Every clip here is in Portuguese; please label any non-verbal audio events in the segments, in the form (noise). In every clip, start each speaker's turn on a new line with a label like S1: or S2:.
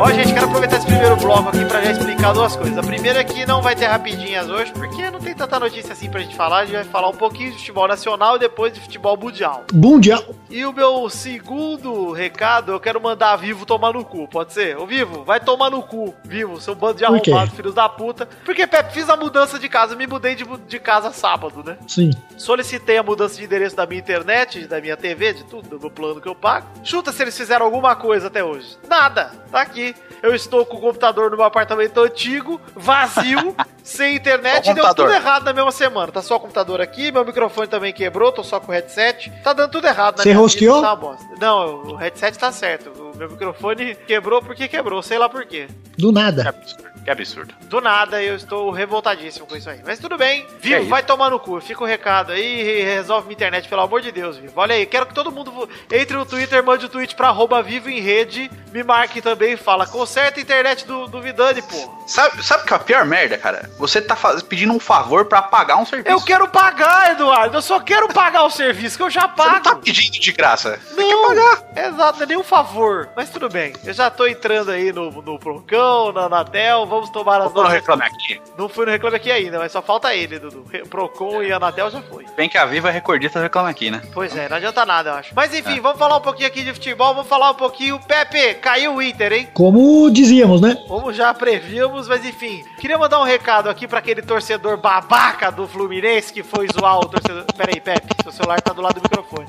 S1: Ó, gente, quero aproveitar esse primeiro bloco aqui pra já explicar duas coisas. A primeira é que não vai ter rapidinhas hoje, porque não tem tanta notícia assim pra gente falar. A gente vai falar um pouquinho de futebol nacional e depois de futebol mundial.
S2: Mundial.
S1: E o meu segundo recado, eu quero mandar Vivo tomar no cu, pode ser? Ô Vivo, vai tomar no cu, Vivo, seu bando de
S2: Por quê?
S1: arrombado, filhos da puta. Porque, Pepe, fiz a mudança de casa, me mudei de, mu- de casa sábado, né?
S2: Sim.
S1: Solicitei a mudança de endereço da minha internet, da minha TV, de tudo, do meu plano que eu pago. Chuta se eles fizeram alguma coisa até hoje. Nada, tá aqui. Eu estou com o computador no meu apartamento antigo,
S3: (laughs)
S1: vazio, sem internet,
S3: Só
S1: e deu tudo
S3: computador.
S1: errado na mesma semana. Tá só o computador aqui, meu microfone também quebrou, tô só com o headset. Tá dando tudo errado na
S2: Você
S1: minha
S2: rosqueou?
S1: vida, tá uma bosta. Não, o headset tá certo. O meu microfone quebrou porque quebrou, sei lá por quê.
S2: Do
S3: Que
S2: nada.
S3: absurdo. Que absurdo.
S1: Do nada, eu estou revoltadíssimo com isso aí. Mas tudo bem,
S3: é
S1: viu?
S3: isso?
S1: Vai tomar no cu. Fica o recado aí e resolve minha internet, pelo amor de Deus, viu? Olha aí, quero que todo mundo vo- entre no Twitter, mande o tweet pra arroba vivo em rede, me marque também e fala, conserta a internet do, do Vidani, pô.
S3: Sabe, sabe o que é a pior merda, cara? Você tá faz- pedindo um favor pra pagar um serviço.
S1: Eu quero pagar, Eduardo. Eu só quero pagar o serviço que eu já
S3: Você não tá
S1: pago.
S3: pedindo de graça.
S1: Não,
S3: pagar.
S1: exato, não é nenhum favor. Mas tudo bem, eu já tô entrando aí no, no Procão, na Anatel, vamos tomar as
S3: Vou
S1: nossas...
S3: reclamar aqui.
S1: Não fui no Reclame Aqui ainda, mas só falta ele, Dudu. Re- Procon e Anatel já foi.
S3: Bem que a Viva é recordista reclama aqui, né?
S1: Pois é, não adianta nada, eu acho. Mas enfim, vamos falar um pouquinho aqui de futebol, vamos falar um pouquinho. Pepe, caiu o Inter, hein?
S2: Como dizíamos, né?
S1: Como já prevíamos, mas enfim. Queria mandar um recado aqui pra aquele torcedor babaca do Fluminense que foi zoar o torcedor. (laughs) Peraí, Pepe, seu celular tá do lado do microfone.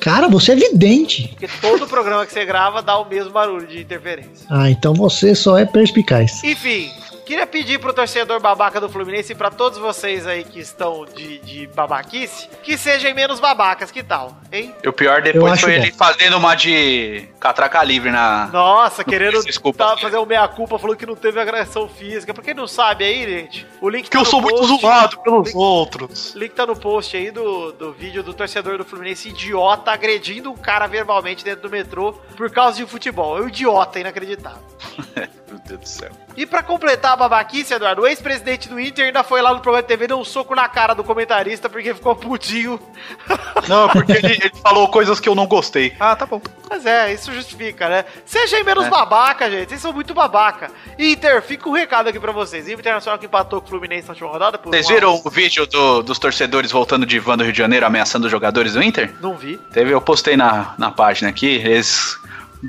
S2: Cara, você é vidente.
S1: Porque todo programa que você grava dá o mesmo barulho de interferência.
S2: Ah, então você só é perspicaz.
S1: Enfim, queria pedir pro torcedor babaca do Fluminense e pra todos vocês aí que estão de, de babaquice, que sejam menos babacas, que tal, hein?
S3: E o pior
S2: Eu
S3: depois
S2: acho
S3: foi
S2: bom.
S3: ele fazendo uma de catraca livre na,
S1: Nossa, querendo
S3: Desculpa.
S1: tá- fazer o meia-culpa, falando que não teve agressão física. Pra quem não sabe aí, gente, o link tá
S3: que eu sou muito
S1: post,
S3: zoado pelos
S1: Link-
S3: outros.
S1: O link tá no post aí do, do vídeo do torcedor do Fluminense idiota agredindo um cara verbalmente dentro do metrô por causa de futebol. É um idiota, é inacreditável.
S3: (laughs) Meu Deus do céu.
S1: E pra completar a babaquice, Eduardo, o ex-presidente do Inter ainda foi lá no programa de TV e deu um soco na cara do comentarista porque ficou putinho. (laughs)
S3: Não, é porque ele, ele falou coisas que eu não gostei. Ah, tá bom.
S1: Mas é, isso justifica, né? Sejam menos
S3: É.
S1: babaca, gente. Vocês são muito babaca. Inter, fica um recado aqui pra vocês. O Internacional que empatou com o Fluminense na última rodada. Por
S3: Vocês
S1: um a
S3: viram
S1: um.
S3: o vídeo do- dos torcedores voltando de van do Rio de Janeiro ameaçando os jogadores do Inter?
S1: Não vi.
S3: Teve, eu postei na, na página aqui, eles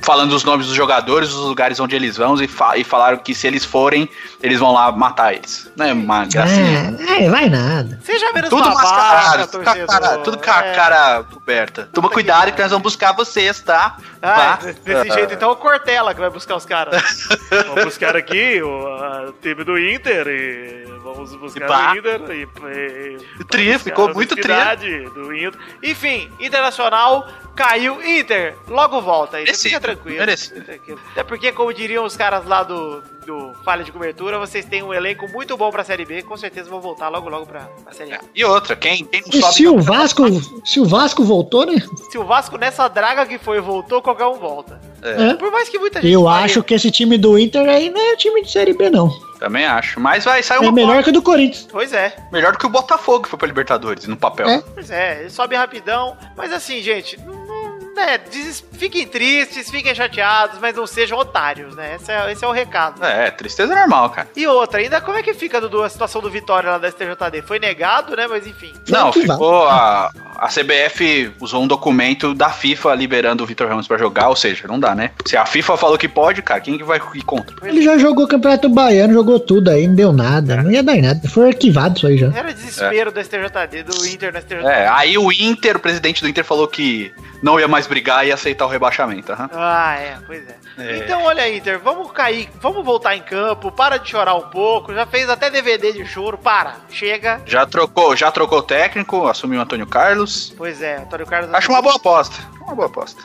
S3: falando os nomes dos jogadores, os lugares onde eles vão e, fa- e falaram que se eles forem, eles vão lá matar eles. Não é né? uma gracinha. né,
S2: Ah, é, vai nada.
S1: Seja menos
S3: Tudo
S1: babaca,
S3: mascarado, tudo com a
S1: torcedor.
S3: cara, tudo com a
S1: É.
S3: cara coberta. Toma
S1: que
S3: cuidado que,
S1: pariu.
S3: nós vamos buscar vocês, tá?
S1: Ah,
S3: Vá.
S1: desse jeito, então é o (laughs) Cortella que vai buscar os caras. Vamos buscar aqui o time do Inter e vamos
S3: Bah.
S1: buscar o Inter. E, e, vamos
S3: Tri,
S1: buscar
S3: ficou
S1: a
S3: muito tri.
S1: cidade Do Inter. Enfim, Internacional caiu. Inter, logo volta. Inter,
S3: Merecido,
S1: fica tranquilo.
S3: merecido.
S1: fica tranquilo. Até porque, como diriam os caras lá do, do Falha de Cobertura, vocês têm um elenco muito bom pra Série B. Com certeza vão voltar logo, logo pra, pra Série A.
S3: E outra, quem, quem não
S2: E
S3: sobe.
S2: se o Vasco, se o Vasco voltou, né?
S1: Se o Vasco nessa draga que foi voltou, qualquer um volta.
S2: É.
S1: Por mais que muita gente
S2: Eu
S1: fale-
S2: acho que esse time do Inter aí não é time de Série B, não.
S3: Também acho. Mas vai sair uma
S2: É melhor que o do Corinthians.
S1: Pois é.
S3: melhor do que o Botafogo que foi pra Libertadores, no papel.
S2: É.
S1: Pois é, ele sobe rapidão. Mas assim, gente, não- não- né, deses- fiquem tristes, fiquem chateados, mas não sejam otários, né? Esse é, esse é o recado.
S3: É, tristeza normal, cara.
S1: E outra, ainda como é que fica, Dudu, a situação do Vitória lá da STJD? Foi negado, né? Mas enfim.
S3: Não,
S2: que vá.
S3: ficou a, a CBF usou um documento da FIFA liberando o Vitor Ramos pra jogar, ou seja, não dá, né? Se a FIFA falou que pode, cara, quem que vai ir contra?
S2: Ele já jogou o Campeonato Baiano, jogou tudo aí, não deu nada.
S3: É.
S2: Não ia dar em nada. Foi arquivado isso aí já.
S1: Era desespero da STJD, do Inter na STJD.
S3: É, aí o Inter, o presidente do Inter falou que não ia mais brigar e ia aceitar o rebaixamento, aham.
S1: Ah, é, pois é.
S3: É.
S1: Então, olha, Inter, vamos cair, vamos voltar em campo, para de chorar um pouco, já fez até DVD de choro, para, chega.
S3: Já trocou, já trocou o técnico, assumiu o Antônio Carlos.
S1: Pois é, Antônio Carlos.
S3: Acho uma boa aposta. Uma boa aposta.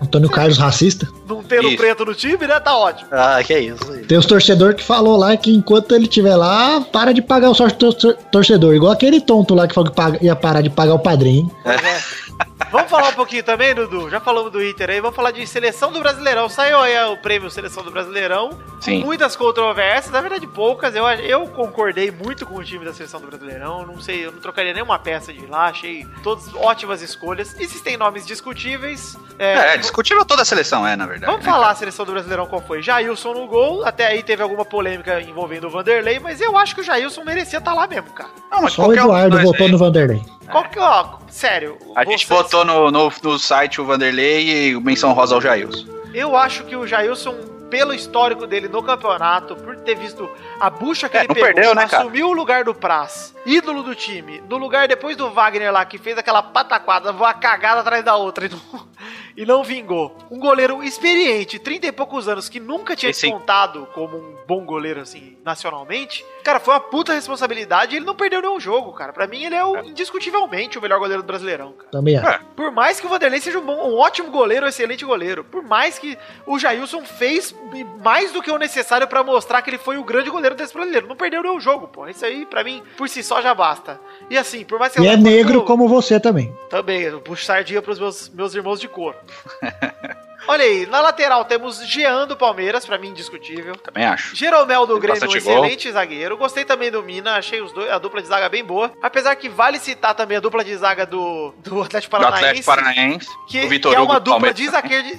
S2: Antônio Carlos racista.
S1: Não tendo
S3: Isso.
S1: preto no time, né? Tá ótimo.
S4: Ah, que isso aí.
S2: Tem os torcedor que falou lá que enquanto ele estiver lá, para de pagar o sócio tor- torcedor. Igual aquele tonto lá que falou que paga- ia parar de pagar o padrinho.
S1: Pois é. Vamos falar um pouquinho também, Dudu? Já falamos do Inter aí, vamos falar de seleção do Brasileirão. Saiu aí o prêmio Seleção do Brasileirão.
S3: Sim.
S1: Muitas controvérsias, na verdade poucas. Eu, eu concordei muito com o time da seleção do Brasileirão. Não sei, eu não trocaria nenhuma peça de lá. Achei todas ótimas escolhas. Existem nomes discutíveis.
S3: É,
S1: É,
S3: discutível toda a seleção, é, na verdade.
S1: Vamos
S3: né?
S1: falar a seleção do Brasileirão qual foi. Jailson no gol, até aí teve alguma polêmica envolvendo o Vanderlei, mas eu acho que o Jailson merecia estar lá mesmo, cara.
S3: Não, mas
S2: Só o
S3: qualquer um dos
S2: Eduardo
S3: dois
S2: votou
S1: né?
S3: aí.
S2: no Vanderlei.
S1: Qual que, ó, sério.
S3: É. A gente
S1: vocês-
S3: votou no, no, no site o Vanderlei e o menção rosa ao Jailson.
S1: Eu acho que o Jailson, pelo histórico dele no campeonato, por ter visto a bucha que
S3: É,
S1: ele
S3: não
S1: pegou,
S3: perdeu, né, cara?
S1: assumiu o lugar do Praz, ídolo do time, no lugar depois do Wagner lá, que fez aquela pataquada, uma cagada atrás da outra e não, (laughs) e não vingou. Um goleiro experiente, 30 e poucos anos, que nunca tinha
S3: Esse aí.
S1: descontado como um bom goleiro, assim, nacionalmente. Cara, foi uma puta responsabilidade e ele não perdeu nenhum jogo, cara. Pra mim, ele é o- indiscutivelmente o melhor goleiro do Brasileirão, cara.
S2: Também é. acho.
S1: Por mais que o Vanderlei seja um, bom- um ótimo goleiro, um excelente goleiro, por mais que o Jailson fez mais do que o necessário pra mostrar que ele foi o grande goleiro desse brasileiro. Não perdeu nenhum jogo, pô. Isso aí, pra mim, por si só já basta. E assim, por mais
S2: E
S1: que ela
S2: é
S1: fosse
S2: negro
S1: o-
S2: como você também.
S1: Também, eu puxo sardinha pros meus, meus irmãos de cor. (laughs) Olha aí, na lateral temos Jean do Palmeiras, pra mim indiscutível.
S3: Também acho.
S1: Jeromel do
S3: Tem
S1: Grêmio, um
S3: bastante gol.
S1: excelente zagueiro. Gostei também do Mina, achei os dois, a dupla de zaga bem boa. Apesar que vale citar também a dupla de zaga do, do Atlético
S3: Do
S1: Paranaense.
S3: Atlético Paranaense,
S1: Que,
S3: o Vitor
S1: que é
S3: Hugo
S1: uma
S3: do
S1: dupla
S3: Palmeiras.
S1: desacredi-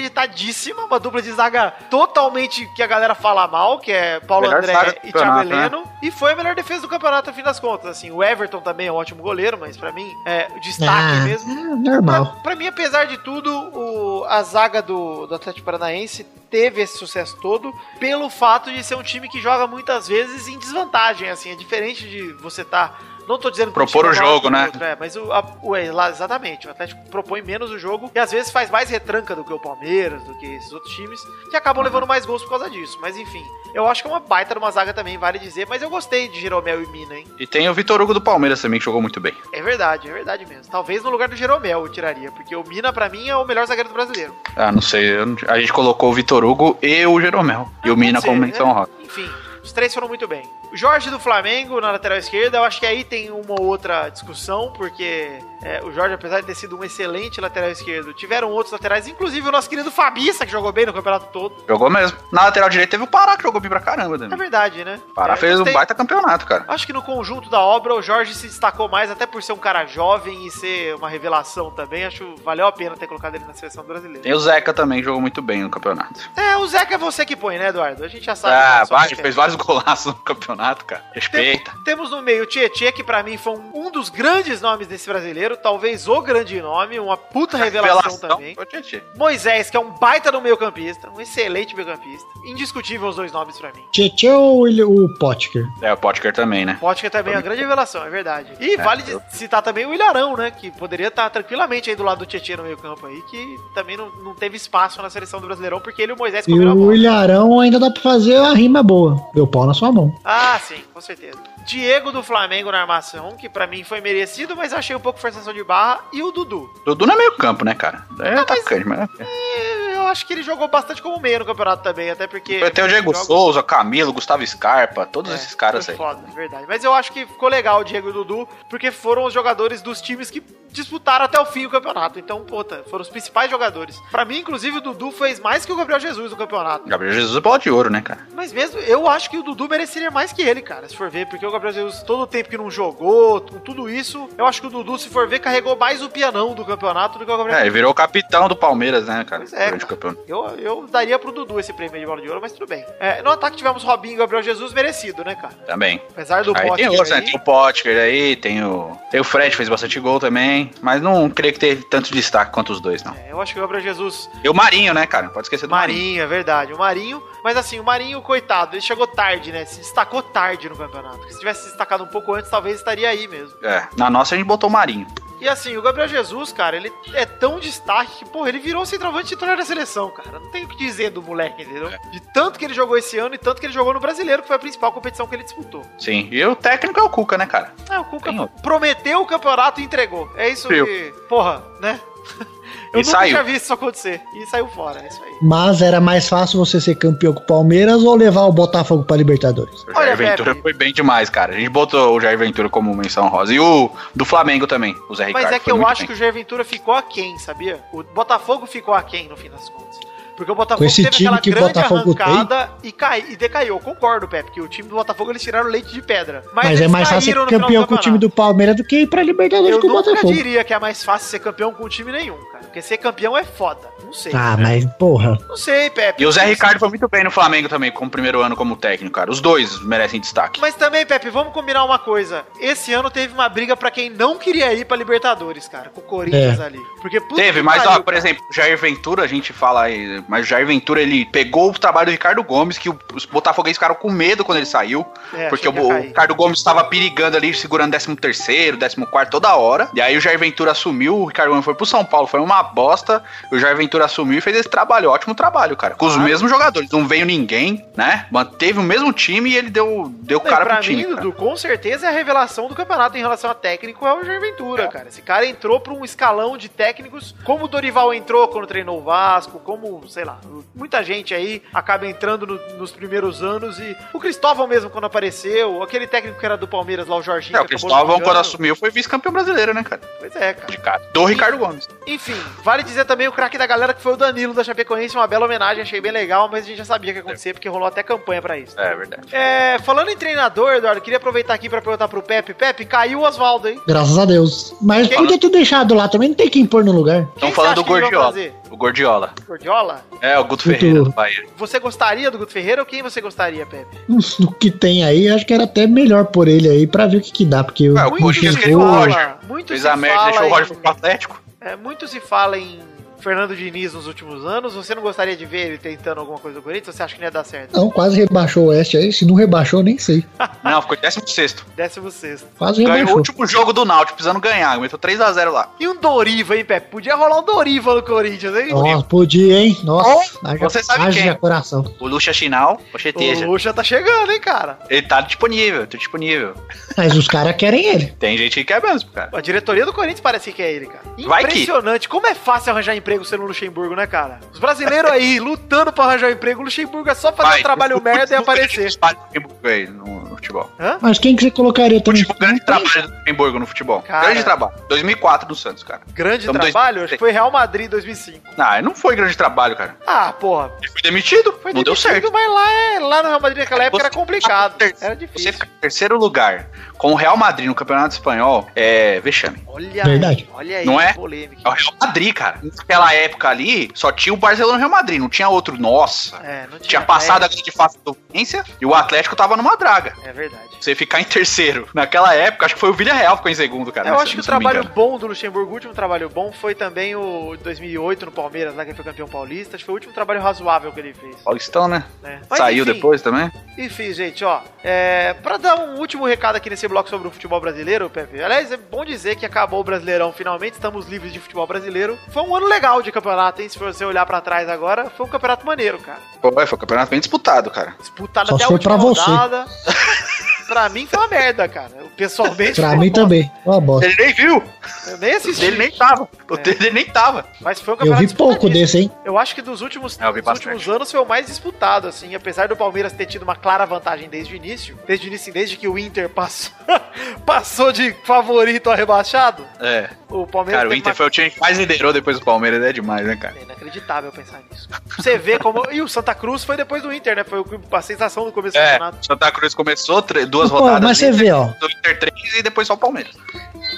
S1: desacreditadíssima, uma dupla de zaga totalmente que a galera fala mal, que é Paulo
S3: Melhor zaga
S1: André
S3: do
S1: e Thiago
S3: campeonato, né?
S1: Heleno. E foi a melhor defesa do campeonato, no fim das contas. Assim, o Everton também é um ótimo goleiro, mas pra mim é o destaque
S2: Ah,
S1: mesmo.
S2: é
S1: Pra,
S2: normal.
S1: pra mim, apesar de tudo, o- a zaga do, do Atlético Paranaense teve esse sucesso todo pelo fato de ser um time que joga muitas vezes em desvantagem, assim, é diferente de você tá não tô dizendo que
S3: Propor
S1: time
S3: o
S1: é maior
S3: jogo,
S1: que o
S3: né?
S1: outro, é, mas o, a- o- é, lá, exatamente, o Atlético propõe menos o jogo e às vezes faz mais retranca do que o Palmeiras, do que esses outros times, que acabam levando mais gols por causa disso. Mas enfim, eu acho que é uma baita de uma zaga também, vale dizer, mas eu gostei de Jeromel e Mina, hein?
S3: E tem o Vitor Hugo do Palmeiras também, que jogou muito bem.
S1: É verdade, é verdade mesmo. Talvez no lugar do Jeromel eu tiraria, porque o Mina, pra mim, é o melhor zagueiro do brasileiro.
S3: Ah, não sei. eu não- A gente colocou o Vitor Hugo e o Jeromel. E o Mina
S1: Pode ser,
S3: como menção
S1: né?
S3: rosa.
S1: Enfim, os três foram muito bem. O Jorge do Flamengo, na lateral esquerda, eu acho que aí tem uma ou outra discussão, porque é, o Jorge, apesar de ter sido um excelente lateral esquerdo, tiveram outros laterais, inclusive o nosso querido Fabiça, que jogou bem no campeonato todo.
S3: Jogou mesmo. Na lateral direita teve o Pará, que jogou bem pra caramba
S1: É
S3: também.
S1: verdade, né?
S3: Pará
S1: É,
S3: fez um
S1: gostei.
S3: baita campeonato, cara.
S1: Acho que no conjunto da obra o Jorge se destacou mais, até por ser um cara jovem e ser uma revelação também. Acho que valeu a pena ter colocado ele na seleção brasileira.
S3: Tem o Zeca também, que jogou muito bem no campeonato.
S1: É, o Zeca é você que põe, né, Eduardo? A gente já sabe.
S3: Ah,
S1: né, só
S3: vai,
S1: que é.
S3: fez vários (laughs) golaços no campeonato, cara. Respeita.
S1: Temos no meio o Tietê, que pra mim foi um um dos grandes nomes desse brasileiro, talvez o grande nome, uma puta revelação, também.
S3: Ô, Tietê.
S1: Moisés, que é um baita no meio-campista, um excelente meio-campista. Indiscutível os dois nomes pra mim.
S2: Tietchan ou ele- o Potker?
S3: É, o Potker também, né?
S1: Potker também é uma grande revelação, é verdade. E vale de- citar também o Ilharão, né? Que poderia estar tranquilamente aí do lado do Tietê no meio-campo aí, que também não, não teve espaço na seleção do Brasileirão, porque ele e é o Moisés
S2: E
S1: comeram a bola.
S2: o Ilharão ainda dá pra fazer uma rima boa. Teu pau na sua mão.
S1: Ah, sim, com certeza. Diego do Flamengo na armação, que pra mim foi merecido, mas achei um pouco forçação de barra. E o Dudu.
S3: Dudu não é meio campo, né, cara?
S1: Ah,
S3: É atacante, mas...
S1: E eu acho que ele jogou bastante como meio no campeonato também, até porque.
S3: Tem o Diego
S1: Jogos-
S3: Souza, Camilo, Gustavo Scarpa, todos
S1: É,
S3: esses caras
S1: foi
S3: aí.
S1: Foda, verdade. Mas eu acho que ficou legal o Diego e o Dudu, porque foram os jogadores dos times que disputaram até o fim o campeonato. Então, puta, foram os principais jogadores. Pra mim, inclusive, o Dudu fez mais que o Gabriel Jesus no campeonato.
S3: Gabriel Jesus é bola de ouro, né, cara?
S1: Mas mesmo, eu acho que o Dudu mereceria mais que ele, cara, se for ver, porque o Gabriel Jesus, todo o tempo que não jogou, com tudo isso, eu acho que o Dudu, se for ver, carregou mais o pianão do campeonato do que o Gabriel
S3: É, ele virou capitão do Palmeiras, né, cara?
S1: Pois é,
S3: Durante o
S1: cara.
S3: campeonato.
S1: Eu, eu daria pro Dudu esse prêmio de bola de ouro, mas tudo bem. É, no ataque tivemos Robinho e Gabriel Jesus merecido, né, cara?
S3: Também.
S1: Apesar do
S3: Aí
S1: pote.
S3: tem outros, né? Tem o Potker aí, tem o. Tem o Fred, fez bastante gol também. Mas não creio que teve tanto destaque quanto os dois, não.
S1: É, eu acho que o Gabriel Jesus.
S3: E o Marinho, né, cara? Pode esquecer do Marinho.
S1: Marinho, é verdade. O Marinho. Mas assim, o Marinho, coitado, ele chegou tarde, né? Se destacou tarde no campeonato. Porque Se tivesse se destacado um pouco antes, talvez estaria aí mesmo.
S3: É, na nossa a gente botou o Marinho.
S1: E assim, o Gabriel Jesus, cara, ele é tão destaque que, porra, ele virou o centroavante titular da seleção, cara. Não tem o que dizer do moleque, entendeu?
S3: É.
S1: De tanto que ele jogou esse ano e tanto que ele jogou no brasileiro, que foi a principal competição que ele disputou.
S3: Sim. E o técnico é o Cuca, né, cara?
S1: É, o Cuca
S3: Tem outro.
S1: prometeu o campeonato e entregou. É isso
S3: Viu.
S1: que. Porra, né? (laughs) Eu
S3: E
S1: nunca
S3: saiu.
S1: tinha visto isso acontecer. E saiu fora, é isso aí.
S2: Mas era mais fácil você ser campeão com o Palmeiras ou levar o Botafogo pra Libertadores.
S3: O
S1: Olha,
S3: Jair Ventura
S1: Pepe.
S3: foi bem demais, cara. A gente botou o Jair Ventura como menção rosa. E o do Flamengo também, o Zé Ricardo.
S1: Mas é que
S3: foi
S1: eu
S3: muito
S1: acho
S3: bem.
S1: que o Jair Ventura ficou aquém, sabia? O Botafogo ficou aquém no fim das contas. Porque o
S2: Com
S1: Botafogo
S2: esse
S1: teve
S2: time
S1: aquela
S2: que o
S1: grande
S2: Botafogo tem?
S1: arrancada e, cai, e decaiu. Eu concordo, Pepe, que o time do Botafogo eles tiraram leite de pedra. Mas,
S2: Mas, é
S1: eles
S2: mais fácil
S1: caíram
S2: ser
S1: no final
S2: campeão com o time do Palmeiras do que ir pra Libertadores
S1: Eu
S2: com o
S1: nunca
S2: Botafogo.
S1: diria que é mais fácil ser campeão com time nenhum, cara. Porque ser campeão é foda. Não sei.
S2: Ah, mas porra.
S1: Não sei, Pepe.
S3: E o Zé
S1: Não sei.
S3: Ricardo foi muito bem no Flamengo também, como primeiro ano como técnico, cara. Os dois merecem destaque.
S1: Mas também, Pepe, vamos combinar uma coisa. Esse ano teve uma briga pra quem não queria ir pra Libertadores, cara, com o Corinthians
S2: É.
S1: ali. Porque puta
S3: Teve,
S1: que
S3: mas ó,
S1: pariu,
S3: por exemplo, o Jair Ventura, a gente fala aí, mas o Jair Ventura ele pegou o trabalho do Ricardo Gomes, que o- os botafoguenses ficaram com medo quando ele saiu,
S1: É,
S3: porque o,
S1: achei que ia
S3: o
S1: cair.
S3: Ricardo Gomes estava perigando ali, segurando 13º, 14º toda hora, e aí o Jair Ventura assumiu, o Ricardo Gomes foi pro São Paulo, foi uma bosta, e o Jair Ventura assumiu e fez esse trabalho, ótimo trabalho, cara, com os mesmos jogadores, não veio ninguém, né, manteve o mesmo time e ele deu, deu
S1: Não, e
S3: cara
S1: pra
S3: pro
S1: mim,
S3: time. cara.
S1: Dudu, com certeza é a revelação do campeonato em relação a técnico é o Jair Ventura, cara. Esse cara entrou pra um escalão de técnicos, como o Dorival entrou quando treinou o Vasco, como, sei lá, muita gente aí acaba entrando no- nos primeiros anos e o Cristóvão mesmo quando apareceu, aquele técnico que era do Palmeiras lá, o Jorginho.
S3: É, o
S1: que acabou
S3: Cristóvão,
S1: não
S3: quando
S1: jogando.
S3: assumiu, foi vice-campeão brasileiro, né, cara?
S1: Pois é, cara.
S3: De cara. Do Ricardo Gomes.
S1: Enfim, vale dizer também o craque da galera que foi o Danilo da Chapecoense, uma bela homenagem, achei bem legal, mas a gente já sabia que ia acontecer porque rolou até campanha pra isso.
S3: É verdade.
S1: É, falando em treinador, Eduardo, queria aproveitar aqui pra perguntar pro Pepe. Pepe, caiu o Oswaldo, hein?
S2: Graças a Deus. Mas
S1: Quem-
S2: podia ter deixado lá também, não tem quem pôr no lugar.
S1: Quem
S3: Estão falando
S1: você
S3: do
S1: acha que eles vão
S3: Gordiola.
S1: fazer?
S3: O Gordiola.
S1: Gordiola?
S3: É, o Guto
S2: Guto.
S3: Ferreira do Bahia.
S1: Você gostaria do Guto Ferreira ou quem você gostaria, Pepe?
S2: Hum, O que tem aí, acho que era até melhor por ele aí pra ver o que, que dá. Porque
S3: Ah,
S2: o
S3: o Corinthians
S2: Corinthians
S1: se
S3: fez o
S2: ganhou.
S3: Roger.
S1: fala, muito
S3: Fez
S1: se
S3: a merda,
S1: fala
S3: deixou o
S1: em-
S3: Roger pro Atlético.
S1: é, Muito se fala em Fernando Diniz nos últimos anos. Você não gostaria de ver ele tentando alguma coisa do Corinthians? Você acha que não ia dar certo?
S2: Não, quase rebaixou o Oeste aí. Se não rebaixou, nem sei.
S3: Não, ficou em 16.
S1: Décimo sexto.
S2: Quase
S3: Ganhou o
S2: rebaixou.
S3: último jogo do Náutico, precisando ganhar. Meteu 3x0 lá.
S1: E um Doriva, hein, Pepe? Podia rolar um Doriva no Corinthians, hein?
S2: Nossa, podia, hein? Nossa, haja,
S3: você sabe
S2: haja
S3: quem. é.
S2: coração.
S3: O Lucha Chinal, o Cheteja.
S1: o Lucha tá chegando, hein, cara?
S3: Ele tá disponível, tá disponível.
S2: Mas os caras querem ele.
S3: Tem gente que quer mesmo, cara.
S1: A diretoria do Corinthians parece que é ele, cara.
S3: Vai que-
S1: Impressionante. Como é fácil arranjar emprego sendo Luxemburgo, né, cara? Os brasileiros aí (laughs) lutando pra arranjar emprego. O Luxemburgo é só fazer
S3: Vai. é
S1: um trabalho merda e
S3: Não tem
S1: aparecer.
S3: trabalho do Luxemburgo aí no no futebol.
S2: Mas quem que você colocaria também?
S3: Futebol, grande trabalho do Luxemburgo no futebol.
S1: Cara.
S3: Grande trabalho. 2004 no Santos, cara.
S1: Grande
S3: Estamos dois-
S1: trabalho? Acho que foi Real Madrid 2005.
S3: Não, não foi grande trabalho, cara.
S1: Ah, porra.
S3: Ele foi demitido,
S1: Foi
S3: não deu
S1: demitido,
S3: certo.
S1: Mas lá, é- lá no Real Madrid naquela época
S3: Você
S1: era complicado.
S3: ficar em ter-
S1: Era
S3: Você tá
S1: difícil.
S3: ficar em terceiro lugar com o Real Madrid no Campeonato Espanhol é vexame.
S1: Olha
S2: Verdade.
S1: aí, olha aí,
S3: Não é?
S1: polêmica.
S3: É o Real Madrid, cara. Naquela época ali, só tinha o Barcelona e o Real Madrid, não tinha outro. Nossa.
S1: É, não
S3: Tinha passado a
S1: é,
S3: grande fase do Valência e o Atlético tava numa draga.
S1: É verdade.
S3: Você ficar em terceiro. Naquela época, acho que foi o Villarreal que ficou em segundo, cara.
S1: Eu
S3: nessa-
S1: acho que o
S3: se não me
S1: trabalho
S3: engano.
S1: bom do Luxemburgo, o último trabalho bom, foi também o de 2008 no Palmeiras, lá que ele foi campeão paulista. Acho que foi o último trabalho razoável que ele fez.
S3: Paulistão, né?
S1: né? Mas,
S3: Saiu
S1: enfim,
S3: depois também.
S1: Enfim, gente, ó. É, pra dar um último recado aqui nesse bloco sobre o futebol brasileiro, Pepe. Aliás, é bom dizer que acabou o Brasileirão finalmente, estamos livres de futebol brasileiro. Foi um ano legal de campeonato, hein? Se você olhar pra trás agora, foi um campeonato maneiro, cara.
S3: Foi, foi um campeonato bem disputado, cara.
S1: Disputado
S2: Só
S1: até a
S2: foi
S1: última
S2: pra você.
S1: rodada. (laughs) pra mim foi uma merda, cara. Eu, Pessoalmente,
S2: Pra
S1: foi
S2: mim
S1: uma
S2: também. Ó, a bosta.
S3: Ele nem viu.
S1: bosta. Eu nem
S3: O
S1: assisti.
S3: dele nem tava. O
S1: É.
S3: dele nem tava.
S1: Mas foi um
S2: Eu
S1: campeonato
S2: vi pouco
S1: disputadíssimo.
S2: desse, hein?
S1: Eu acho que dos últimos,
S3: É, eu vi
S1: dos últimos
S3: bastante.
S1: anos foi o mais disputado, assim. Apesar do Palmeiras ter tido uma clara vantagem desde o início, desde o início, desde que o Inter passou, (laughs) passou de favorito a rebaixado,
S3: É.
S1: o Palmeiras
S3: Cara, o
S1: teve
S3: Inter
S1: uma-
S3: foi o time que mais liderou depois do Palmeiras. É demais, né, cara?
S1: É inacreditável pensar nisso. Você vê como. E o Santa Cruz foi depois do Inter, né? Foi o- a sensação do começo do
S3: É,
S1: campeonato.
S3: Santa Cruz começou tre- duas
S2: Pô,
S3: rodadas. né?
S2: mas você
S3: do
S2: vê, ó.
S3: Inter- Do Inter 3 e depois só o Palmeiras.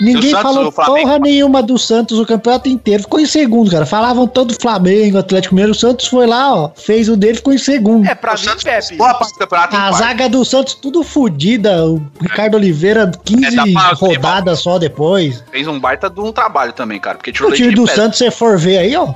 S2: Ninguém
S3: Santos,
S2: falou
S3: o Flamengo-
S2: porra nenhuma do Santos o campeonato inteiro. Ficou em segundo, cara. Falavam tanto do Flamengo, Atlético Mineiro. O Santos foi lá, ó. Fez o dele, ficou em segundo.
S1: É, pra
S3: o
S1: mim,
S3: Santos
S1: Pepe.
S3: boa parte do campeonato em
S2: A
S3: quarto.
S2: zaga do Santos tudo fodida. O Ricardo Oliveira, 15
S3: É, dá pra-
S2: rodadas só depois.
S3: Fez um baita de um trabalho também, cara. Porque tirou
S2: O time
S3: leite de
S2: do
S3: pedra.
S2: Santos, você for ver aí, ó.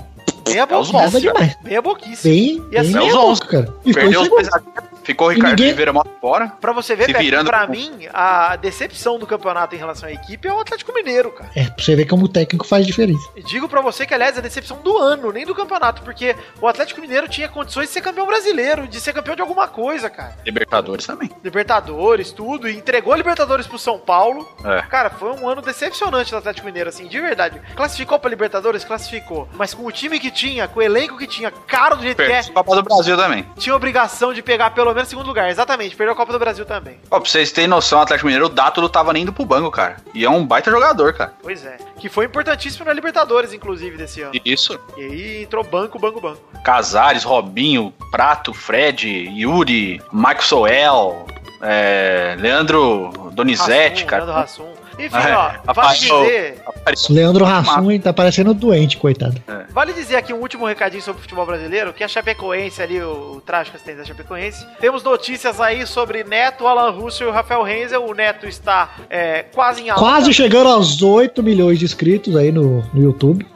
S1: Meia
S3: É os
S1: boquice.
S2: Nada
S3: Nossa,
S2: demais.
S1: Meia boquice.
S2: Bem, bem
S1: assim,
S2: meia
S3: é os
S2: boca,
S3: onze.
S2: cara. E ficou em
S3: Perdeu os
S2: segundo.
S3: dois zagueiros. Ficou o Ricardo
S2: ninguém-
S3: Oliveira mó fora.
S1: Pra você ver,
S3: Se
S1: Pepe,
S3: virando
S1: pra
S3: com-
S1: mim, a decepção do campeonato em relação à equipe é o Atlético Mineiro, cara.
S2: É, pra você ver como o técnico faz diferença.
S1: E Digo pra você que, aliás, é a decepção do ano, nem do campeonato, porque o Atlético Mineiro tinha condições de ser campeão brasileiro, de ser campeão de alguma coisa, cara.
S3: Libertadores também.
S1: Libertadores, tudo, e entregou a Libertadores pro São Paulo.
S3: É.
S1: Cara, foi um ano decepcionante do Atlético Mineiro, assim, de verdade. Classificou pra Libertadores? Classificou. Mas com o time que tinha, com o elenco que tinha, caro do jeito que é,
S3: Perdeu a Copa do Brasil também.
S1: tinha obrigação de pegar pelo menos segundo lugar. Exatamente, perdeu a Copa do Brasil também.
S3: Ó, pra vocês terem noção, o Atlético Mineiro, o Dato não tava nem indo pro banco, cara. E é um baita jogador, cara.
S1: Pois é. Que foi importantíssimo na Libertadores, inclusive, desse ano.
S3: E Isso.
S1: E aí entrou banco, banco, banco.
S3: Casares, Robinho, Prato, Fred, Yuri, Maxwell, é, Leandro Donizete,
S1: Hassum,
S3: cara.
S1: Leandro Hassum. Enfim,
S3: É,
S1: ó, vale
S3: rapaz, eu-
S1: dizer,
S3: Apareceu.
S2: Leandro Rassum, hein, tá parecendo doente, coitado.
S1: vale dizer aqui um último recadinho sobre o futebol brasileiro, que é a Chapecoense ali, o, o trágico assistente da Chapecoense, temos notícias aí sobre Neto, Alan Russo e o Rafael Renzel. O Neto está é, quase
S3: Tá,
S1: em alta.
S2: Quase chegando aos 8 milhões de inscritos aí no, no YouTube.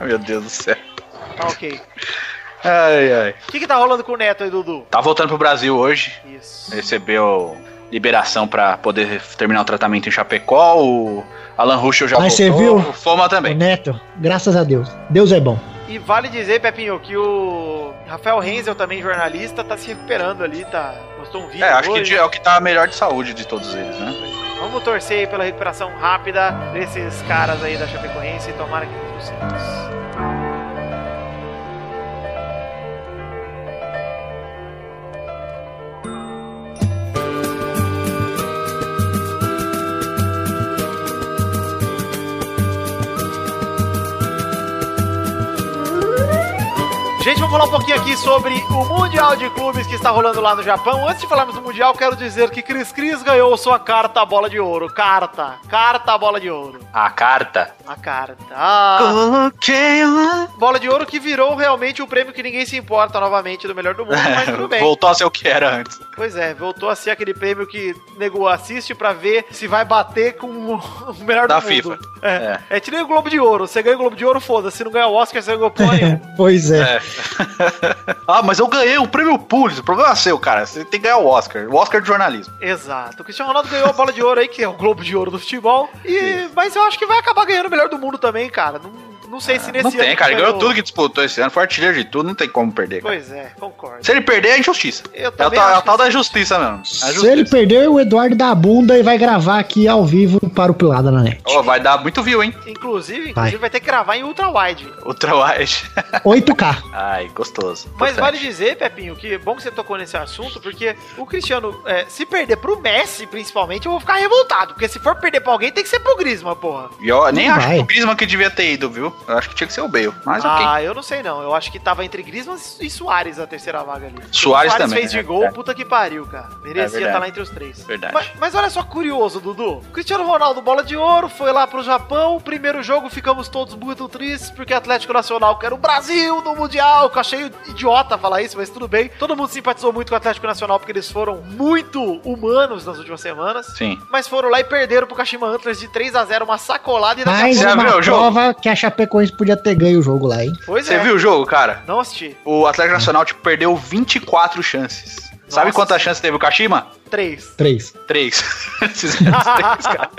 S3: Meu Deus do céu.
S1: Tá ok.
S3: Ai, ai.
S1: O que que tá rolando com o Neto aí, Dudu?
S3: Tá voltando pro Brasil hoje.
S1: Isso.
S3: É. Recebeu liberação pra poder terminar o tratamento em Chapecó. O Alan Ruschel já
S2: Mas você viu?
S3: O Foma
S2: O
S3: também.
S2: Neto, graças a Deus. Deus é bom.
S1: E vale dizer, Pepinho, que o Rafael Renzel, também jornalista, tá se recuperando ali, tá... Postou um vídeo
S3: É, acho que
S1: hoje.
S3: de- é o que tá melhor de saúde de todos eles, né?
S1: Vamos torcer aí pela recuperação rápida desses caras aí da Chapecoense e tomara que tudo certo. Gente, vamos falar um pouquinho aqui sobre o Mundial de Clubes que está rolando lá no Japão. Antes de falarmos do Mundial, quero dizer que Cris Cris ganhou sua carta à bola de ouro. Carta. Carta à bola de ouro.
S3: A carta.
S1: A carta. Ah, bola de ouro que virou realmente o prêmio que ninguém se importa novamente do melhor do
S3: (laughs)
S1: mundo, mas É, tudo bem.
S3: É, Voltou a ser o que era antes.
S1: Pois é, voltou a ser aquele prêmio que nego assiste pra ver se vai bater com o melhor
S3: Da
S1: do mundo.
S3: FIFA.
S1: É. é. que nem o Globo de Ouro. Você ganha o Globo de Ouro, foda-se. Se não ganhar o Oscar, você
S3: (laughs)
S1: ganhou porra nenhuma.
S2: pois é.
S3: É. (laughs) ah, mas eu ganhei o prêmio Pulitzer. O problema é seu, cara. Você tem que ganhar o Oscar. O Oscar de jornalismo.
S1: Exato. O Cristiano Ronaldo ganhou a bola de ouro aí, que é o Globo de Ouro do futebol. E, mas eu acho que vai acabar ganhando o melhor do mundo também, cara. Não, não sei se nesse
S3: Ah, não tem,
S1: ano
S3: cara. Ele ganhou tudo que disputou esse ano. Foi artilheiro de tudo. Não tem como perder, cara.
S1: Pois é, concordo.
S3: Se ele perder, é injustiça.
S1: Eu
S3: É o,
S1: também
S3: tal, é o
S1: acho
S3: tal da justiça mesmo. A
S2: Se
S3: justiça.
S2: ele perder, o Eduardo dá a bunda e vai gravar aqui ao vivo para o Pilada na net.
S3: Ó, vai dar muito view, hein?
S1: que- Inclusive,
S2: Vai.
S1: inclusive vai ter que gravar em ultra-wide.
S3: Ultra (laughs) Wide.
S2: 8K.
S3: Ai, gostoso.
S1: Mas
S3: Importante.
S1: vale dizer, Pepinho, que é bom que você tocou nesse assunto, porque o Cristiano, é, se perder pro Messi, principalmente, eu vou ficar revoltado. Porque se for perder pra alguém, tem que ser pro Griezmann, porra.
S3: E eu nem
S2: Não
S3: acho
S2: vai.
S3: que o Griezmann que devia ter ido, viu? Eu acho que tinha que ser o Bale. Mas ok.
S1: Ah, eu não sei não. Eu acho que tava entre Griezmann e Soares a terceira vaga ali.
S3: Suárez também,
S1: fez de
S3: né?
S1: gol,
S3: É.
S1: puta que pariu, cara.
S3: É
S1: Merecia
S3: verdade.
S1: estar lá entre os três.
S3: Verdade.
S1: Mas, mas olha só que curioso, Dudu. Cristiano Ronaldo, bola de ouro, foi lá pro Japão. Primeiro jogo, ficamos todos muito tristes, porque Atlético Nacional quer o Brasil no Mundial. Que eu achei idiota falar isso, mas tudo bem. Todo mundo simpatizou muito com o Atlético Nacional, porque eles foram muito humanos nas últimas semanas.
S3: Sim.
S1: Mas foram lá e perderam pro Kashima Antlers de 3 a 0 uma sacolada. E daqui a
S2: Mais
S3: Você
S1: pouco-
S2: uma
S3: abriu o jogo?
S2: prova que a Chapecoense podia ter ganho o jogo lá, hein?
S1: Pois
S3: Você
S1: é.
S3: viu o jogo, cara?
S1: Não assisti.
S3: O Atlético Nacional, tipo, perdeu 24 chances. Sabe quantas
S1: Nossa Senhora.
S3: chances teve o Kashima?
S1: Três.
S2: Três.
S1: (laughs)
S3: Três. (laughs) Esses eram os três, cara.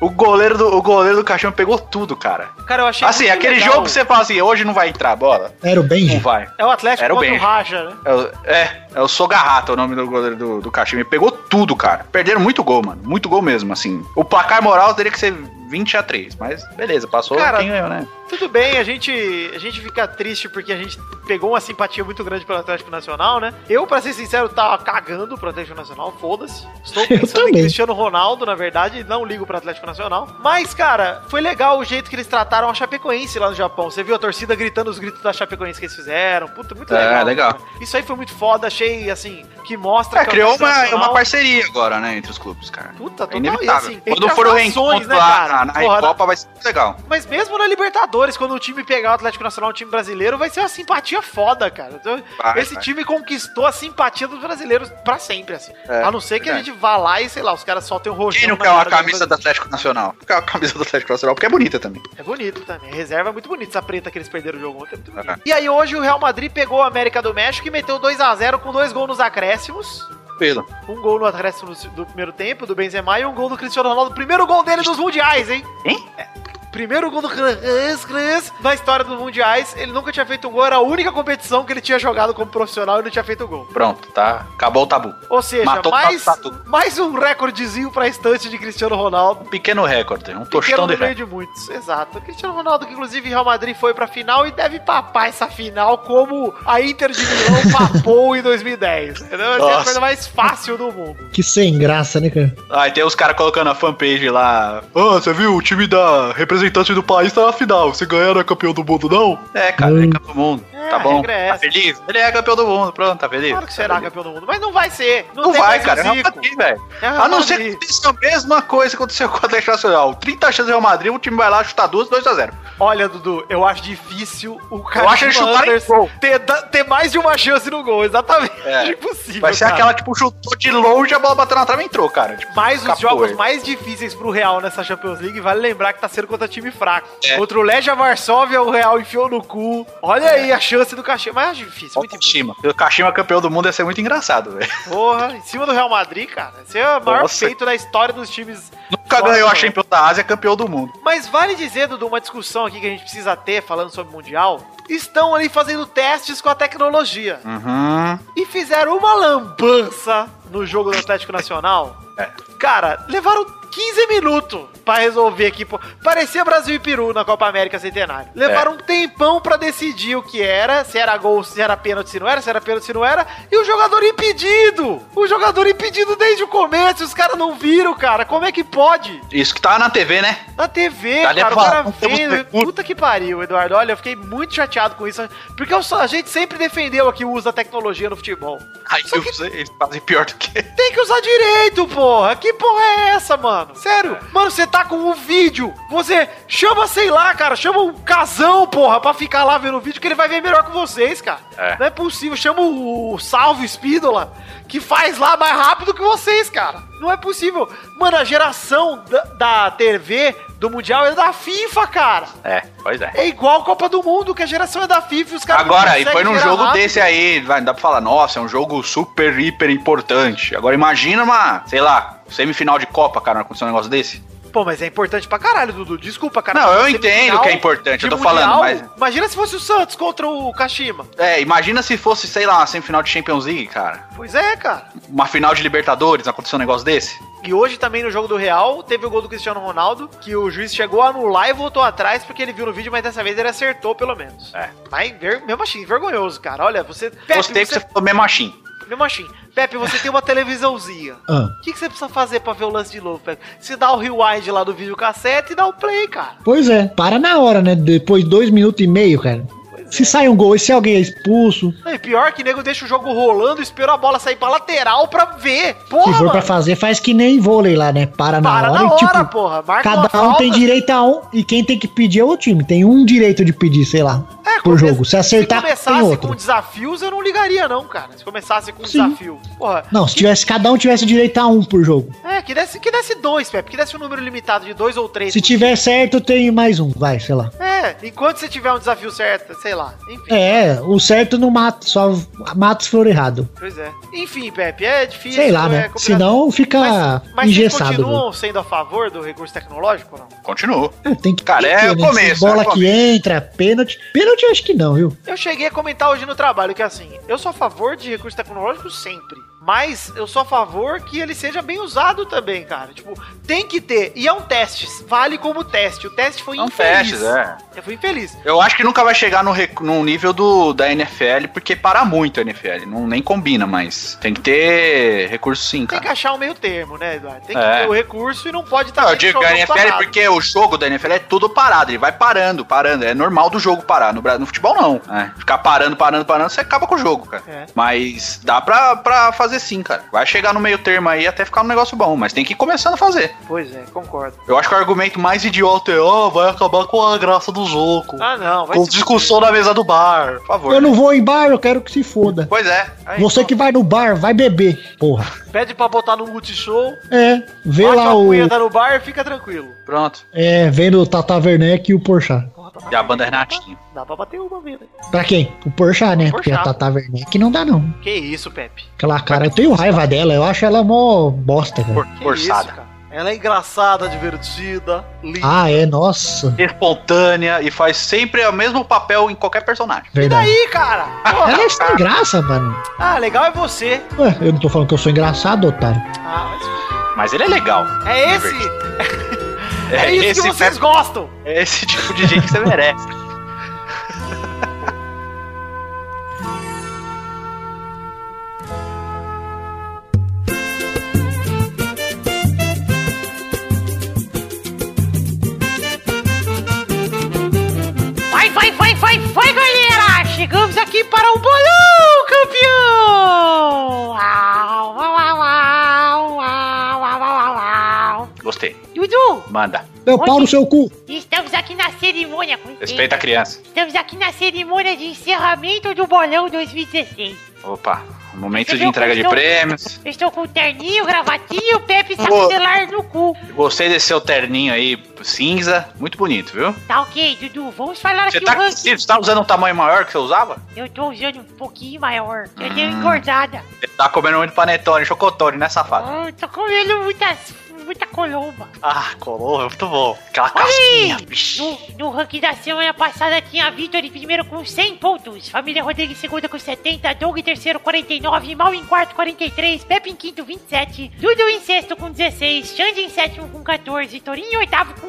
S3: O goleiro, do, o goleiro do caixão pegou tudo, cara.
S1: Cara, eu achei.
S3: Assim,
S1: muito
S3: aquele
S1: legal.
S3: jogo que você fala assim, hoje não vai entrar a bola.
S2: Era o
S3: Não
S2: Benji?
S3: vai.
S1: É o Atlético
S3: Era o
S1: contra o
S3: Benji.
S1: Raja, né?
S3: É o- É, é o Sogarrata o nome do goleiro do, do Caxim. Ele pegou tudo, cara. Perderam muito gol, mano. Muito gol mesmo, assim. O placar moral teria que ser 20 a 3 mas beleza, passou
S1: Cara,
S3: quem ganhou, né?
S1: Tudo bem, a gente, a gente fica triste porque a gente pegou uma simpatia muito grande pelo Atlético Nacional, né? Eu, pra ser sincero, tava cagando pro Atlético Nacional, foda-se. Estou
S2: (laughs) Eu
S1: pensando em
S2: também.
S1: Cristiano Ronaldo, na verdade, e não ligo pro Atlético Nacional. Mas, cara, foi legal o jeito que eles trataram a Chapecoense lá no Japão. Você viu a torcida gritando os gritos da Chapecoense que eles fizeram? Puta, muito
S3: É,
S1: legal.
S3: legal.
S1: cara. Isso aí foi muito foda, achei, assim, que mostra
S3: É,
S1: que o
S3: criou
S1: Atlético
S3: uma,
S1: Nacional-
S3: uma parceria agora, né, entre os clubes, cara.
S1: Puta,
S3: É
S1: total. E
S3: inevitável.
S1: assim, entre
S3: Quando
S1: as
S3: for o
S1: nações,
S3: reencontro
S1: né,
S3: lá
S1: cara?
S3: na, na
S1: Porra,
S3: Recopa, vai ser muito legal.
S1: Mas mesmo na Libertadores, quando o time pegar o Atlético Nacional, o time brasileiro, vai ser uma simpatia foda, cara. Então,
S3: Vai,
S1: Esse
S3: vai.
S1: time conquistou a simpatia dos brasileiros pra sempre, assim.
S3: É,
S1: a não ser que a
S3: verdade.
S1: gente vá lá e, sei lá, os caras soltem o rojão.
S3: Quem não
S1: na
S3: quer uma
S1: cara do
S3: camisa do
S1: brasileiro.
S3: Atlético Nacional? Quer uma camisa do Atlético Nacional, porque é bonita também.
S1: É bonito também. A reserva é muito bonita, essa preta que eles perderam o jogo ontem. É muito bonita.
S3: É.
S1: E aí hoje o Real Madrid pegou a América do México e meteu 2 a 0 com dois gols nos acréscimos.
S3: Tranquilo.
S1: Um gol no acréscimo do primeiro tempo, do Benzema, e um gol do Cristiano Ronaldo. Primeiro gol dele dos mundiais, hein?
S3: Hein?
S1: É. Primeiro gol do Cris, Cris, na história dos mundiais. Ele nunca tinha feito um gol, era a única competição que ele tinha jogado como profissional e não tinha feito gol.
S3: Pronto, tá? Acabou o tabu.
S1: Ou seja,
S3: Matou o
S1: mais,
S3: Tatu.
S1: mais um recordezinho pra estante de Cristiano Ronaldo.
S3: Pequeno recorde, um
S1: Pequeno
S3: tostão
S1: no
S3: de
S1: meio
S3: recorde.
S1: de muitos, exato. O Cristiano Ronaldo, que inclusive Real Madrid foi pra final e deve papar essa final como a Inter
S3: (laughs)
S1: de Milão papou em 2010. Entendeu? Essa é a
S3: Nossa.
S1: coisa mais fácil do mundo.
S2: Que sem graça, né, cara?
S3: Ah, e tem os caras colocando a fanpage lá. Ah, você viu? O time da representante do país tá na final. Se ganhar, não é campeão do mundo, não? É, cara,
S2: Hum.
S3: é campeão do mundo.
S1: É,
S3: tá
S1: a
S3: bom.
S1: regra é
S3: Tá
S1: essa.
S3: feliz? Ele é campeão do mundo, pronto, tá feliz?
S1: Claro que
S3: Tá
S1: será
S3: feliz.
S1: campeão do mundo, mas não vai ser. Não,
S3: Não
S1: tem
S3: vai,
S1: mais o
S3: cara. É o Real
S1: Zico.
S3: Madrid, velho.
S1: É o Real
S3: A não ser
S1: Madrid.
S3: que isso é a mesma coisa que aconteceu com o Atlético Nacional. 30 chances do Real Madrid, o time vai lá chutar duas, 2x0.
S1: Olha, Dudu, eu acho difícil o cara
S3: acho ele chutar em gol.
S1: ter, da- ter mais de uma chance no gol. Exatamente.
S3: É.
S1: (laughs) Impossível.
S3: Vai ser
S1: cara.
S3: aquela, tipo, chutou de longe, a bola bateu na trave e entrou, cara. Tipo,
S1: Mas os
S3: capô,
S1: jogos
S3: é.
S1: mais difíceis pro Real nessa Champions League, vale lembrar que tá sendo contra time fraco.
S3: É.
S1: Contra o Legia Varsóvia, o Real enfiou no cu. Olha aí a chance do Caxias. Mas é difícil,
S3: Muito
S1: muito difícil.
S3: Kashima. O Kashima é campeão do mundo ia ser muito engraçado,
S1: (laughs)
S3: velho.
S1: Porra, em cima do Real Madrid, cara. Esse é o maior
S3: Nossa.
S1: feito da história dos times
S3: Nunca
S1: Nossa,
S3: ganhou a
S1: velho.
S3: Champions da Ásia, é campeão do mundo.
S1: Mas vale dizer, Dudu, uma discussão aqui que a gente precisa ter falando sobre o Mundial. Estão ali fazendo testes com a tecnologia.
S3: Uhum.
S1: E fizeram uma lambança no jogo do Atlético Nacional.
S3: É.
S1: Cara, levaram 15 minutos pra resolver aqui. pô. Parecia Brasil e Peru na Copa América Centenário. Levaram um tempão pra decidir o que era, se era gol, se era pênalti, se não era, se era pênalti, se não era. E o jogador impedido! O jogador impedido desde o começo, os caras não viram, cara. Como é que pode?
S3: Isso que tava na TV, né?
S1: Na TV,
S3: Tá
S1: cara, o
S3: levado,
S1: cara
S3: não temos
S1: vendo.
S3: recurso.
S1: Puta que pariu, Eduardo. Olha, eu fiquei muito chateado com isso. Porque eu só- a gente sempre defendeu aqui o uso da tecnologia no futebol.
S3: Aí
S1: Só
S3: eu- eles fazem pior do que.
S1: Tem que usar direito, porra. Que porra é essa, mano? Sério?
S3: É.
S1: Mano, você tá com um vídeo. Você chama, sei lá, cara. Chama um casão, porra, pra ficar lá vendo o vídeo que ele vai ver melhor que vocês, cara.
S3: É.
S1: Não é possível. Chama o, o Salve Espíndola, que faz lá mais rápido que vocês, cara. Não é possível. Mano, a geração da, da TV do Mundial é da FIFA, cara.
S3: É, pois é.
S1: É igual Copa do Mundo, que a geração é da FIFA e os caras não
S3: Agora, e
S1: conseguem
S3: foi num
S1: gerar
S3: jogo
S1: rápido.
S3: desse aí, vai, não dá pra falar, nossa, é um jogo super, hiper importante. Agora imagina uma, sei lá, semifinal de Copa, cara, não aconteceu um negócio desse.
S1: Pô, mas é importante pra caralho, Dudu. Desculpa, cara.
S3: Não, eu
S1: Você
S3: entendo
S1: final
S3: que é importante, eu
S1: de
S3: tô falando, mas-
S1: Imagina se fosse o Santos contra o Kashima.
S3: É, imagina se fosse, sei lá, uma semifinal de Champions League, cara.
S1: Pois é, cara.
S3: Uma final de Libertadores, não aconteceu um negócio desse.
S1: E hoje também no jogo do Real, teve o gol do Cristiano Ronaldo, que o juiz chegou a anular e voltou atrás porque ele viu no vídeo, mas dessa vez ele acertou pelo menos.
S3: É.
S1: Mas ver- mesmo assim, vergonhoso, cara. Olha, você. Pepe,
S3: Gostei que você falou mesmo assim.
S1: Mesmo assim, Pepe, você tem uma televisãozinha.
S2: Ah.
S1: O que, que você precisa fazer pra ver o lance de novo, Pepe? Se dá o rewind lá do videocassete e dá o play, cara.
S2: Pois é, para na hora, né? Depois de dois minutos e meio, cara. Se sai um gol e se alguém é expulso,
S1: Não, e pior que nego deixa o jogo rolando, espera a bola sair pra lateral pra ver.
S2: se
S1: Porra,
S2: for pra
S1: mano.
S2: fazer, faz que nem vôlei lá, né? Para é na
S1: Para
S2: hora
S1: na
S2: e tipo.
S1: hora, porra. Marca uma
S2: Cada um
S1: falta.
S2: tem direito a um, e quem tem que pedir é o time. Tem um direito de pedir, sei lá.
S1: É,
S2: por
S1: come-
S2: jogo. Se acertar,
S1: se
S2: tem
S1: começasse
S2: outro.
S1: com desafios, eu não ligaria, não, cara. Se começasse com
S2: Sim.
S1: desafio. Porra,
S2: Não, se tivesse cada um tivesse direito a um por jogo.
S1: é, que desse, que desse dois, Pepe. Que desse um número limitado de dois ou três.
S2: Se tiver certo, tem mais um, vai, sei lá.
S1: É, enquanto você tiver um desafio certo, sei lá. Enfim,
S2: É, o certo não mata, só mata se for errado.
S1: pois é. Enfim, Pepe, é difícil.
S2: Sei lá,
S1: é
S2: né?
S1: complicado.
S2: Senão fica
S1: Mas, mas vocês
S2: engessado. né?
S1: continuam sendo a favor do recurso tecnológico, não?
S3: Continuo.
S2: viu? Tem que
S3: Cara, é
S2: ter,
S3: o
S2: né?
S3: começo,
S2: Bola
S3: é o
S2: que entra, pênalti. Pênalti eu acho que não, viu?
S1: Eu cheguei a comentar hoje no trabalho que assim, eu sou a favor de recurso tecnológico sempre, mas eu sou a favor que ele seja bem usado também, cara. Tipo, tem que ter. E é um teste, vale como teste. O teste foi
S3: São
S1: infeliz.
S3: testes, é.
S1: Eu fui infeliz.
S3: Eu acho que nunca vai chegar no, rec- no nível do, da NFL, porque para muito a NFL. Não, nem combina, mas tem que ter recurso sim,
S1: Tem que
S3: cara.
S1: achar um meio termo, né, Eduardo? Tem que
S3: É.
S1: ter o recurso e não pode tá estar
S3: Não, eu digo que a NFL porque o jogo da NFL é tudo parado, ele vai parando, parando. É normal do jogo parar. No, Bra- no futebol, não. né? Ficar parando, parando, parando, você acaba com o jogo, cara.
S1: É.
S3: Mas dá pra, pra fazer sim, cara. Vai chegar no meio termo aí até ficar um negócio bom, mas tem que ir começando a fazer.
S1: Pois é, concordo.
S3: Eu acho que o argumento mais idiota é, ó, vai acabar com a graça do jogo.
S1: Ah, não, vai
S3: com
S1: se
S3: discussão na mesa do bar. Por favor.
S2: Eu não vou em bar, eu quero que se foda.
S3: Pois é.
S1: Aí,
S2: Você
S1: então,
S2: que vai no bar, vai beber, porra.
S1: pede pra botar no multishow,
S2: É, vê
S1: bate
S2: lá
S1: a
S2: o.
S1: punheta no bar e fica tranquilo.
S3: Pronto.
S2: É, vendo o Tata Werneck e o Porchat.
S1: Porra, tá
S3: E a
S1: bacana.
S3: banda é Renatinho.
S1: Dá pra bater uma vez, né?
S2: Pra quem? O Porchat, né? Porque a
S1: Porchat.
S2: Tata Werneck não dá, não.
S1: Que isso, Pepe.
S2: Aquela cara, eu tenho raiva dela, eu acho ela mó bosta, velho.
S3: For-
S1: Que
S3: forçada.
S1: isso, cara. Ela é engraçada, divertida, linda.
S2: Ah, é, nossa.
S3: Espontânea e faz sempre o mesmo papel em qualquer personagem.
S1: E
S2: Ah, Verdade.
S1: daí, cara? Porra.
S2: Ela é sem graça, mano.
S1: ah, legal é você.
S2: Ué, eu não tô falando que eu sou engraçado, otário.
S1: Ah, mas...
S3: Mas ele é legal.
S1: É esse. É, isso que vocês gostam.
S3: é esse tipo de gente que você merece.
S5: Vai, vai, vai, vai, vai, galera! Chegamos aqui para o bolão, campeão! Uau, uau, uau, uau, uau, uau, uau, uau.
S3: Gostei.
S5: Dudu,
S3: Manda.
S2: Meu
S5: Onde?
S2: pau no seu cu.
S5: estamos aqui na cerimônia. com-
S3: Respeita a criança.
S5: Estamos aqui na cerimônia de encerramento do bolão 2016.
S3: Opa. um Momento
S5: Você
S3: de
S5: viu
S3: entrega de
S5: como
S3: prêmios.
S5: Eu estou com terninho, gravatinho, Pepe e
S3: Boa.
S5: celular no cu.
S3: Gostei desse seu terninho aí, cinza. Muito bonito, viu?
S5: Tá ok, Dudu, vamos falar
S3: Você
S5: aqui
S3: tá,
S5: o ranking.
S3: você tá usando um tamanho maior que você usava?
S5: Eu tô usando um pouquinho maior. Eu dei
S3: Hum.
S5: uma engordada.
S3: Você tá comendo muito panetone, chocotone, né, safado?
S5: Ah, tô comendo muitas, muita colomba.
S3: Ah, colou, muito bom. Aquela
S5: Olha aí!
S3: casquinha, vixi.
S5: No, no ranking da semana passada tinha Vitor em primeiro com 100 pontos, Família Rodrigues em segundo com 70, Doug em terceiro 49, Mal em quarto 43, Pepe em quinto 27, Dudu em sexto com 16, Xande em sétimo com 14, Torinho em oitavo com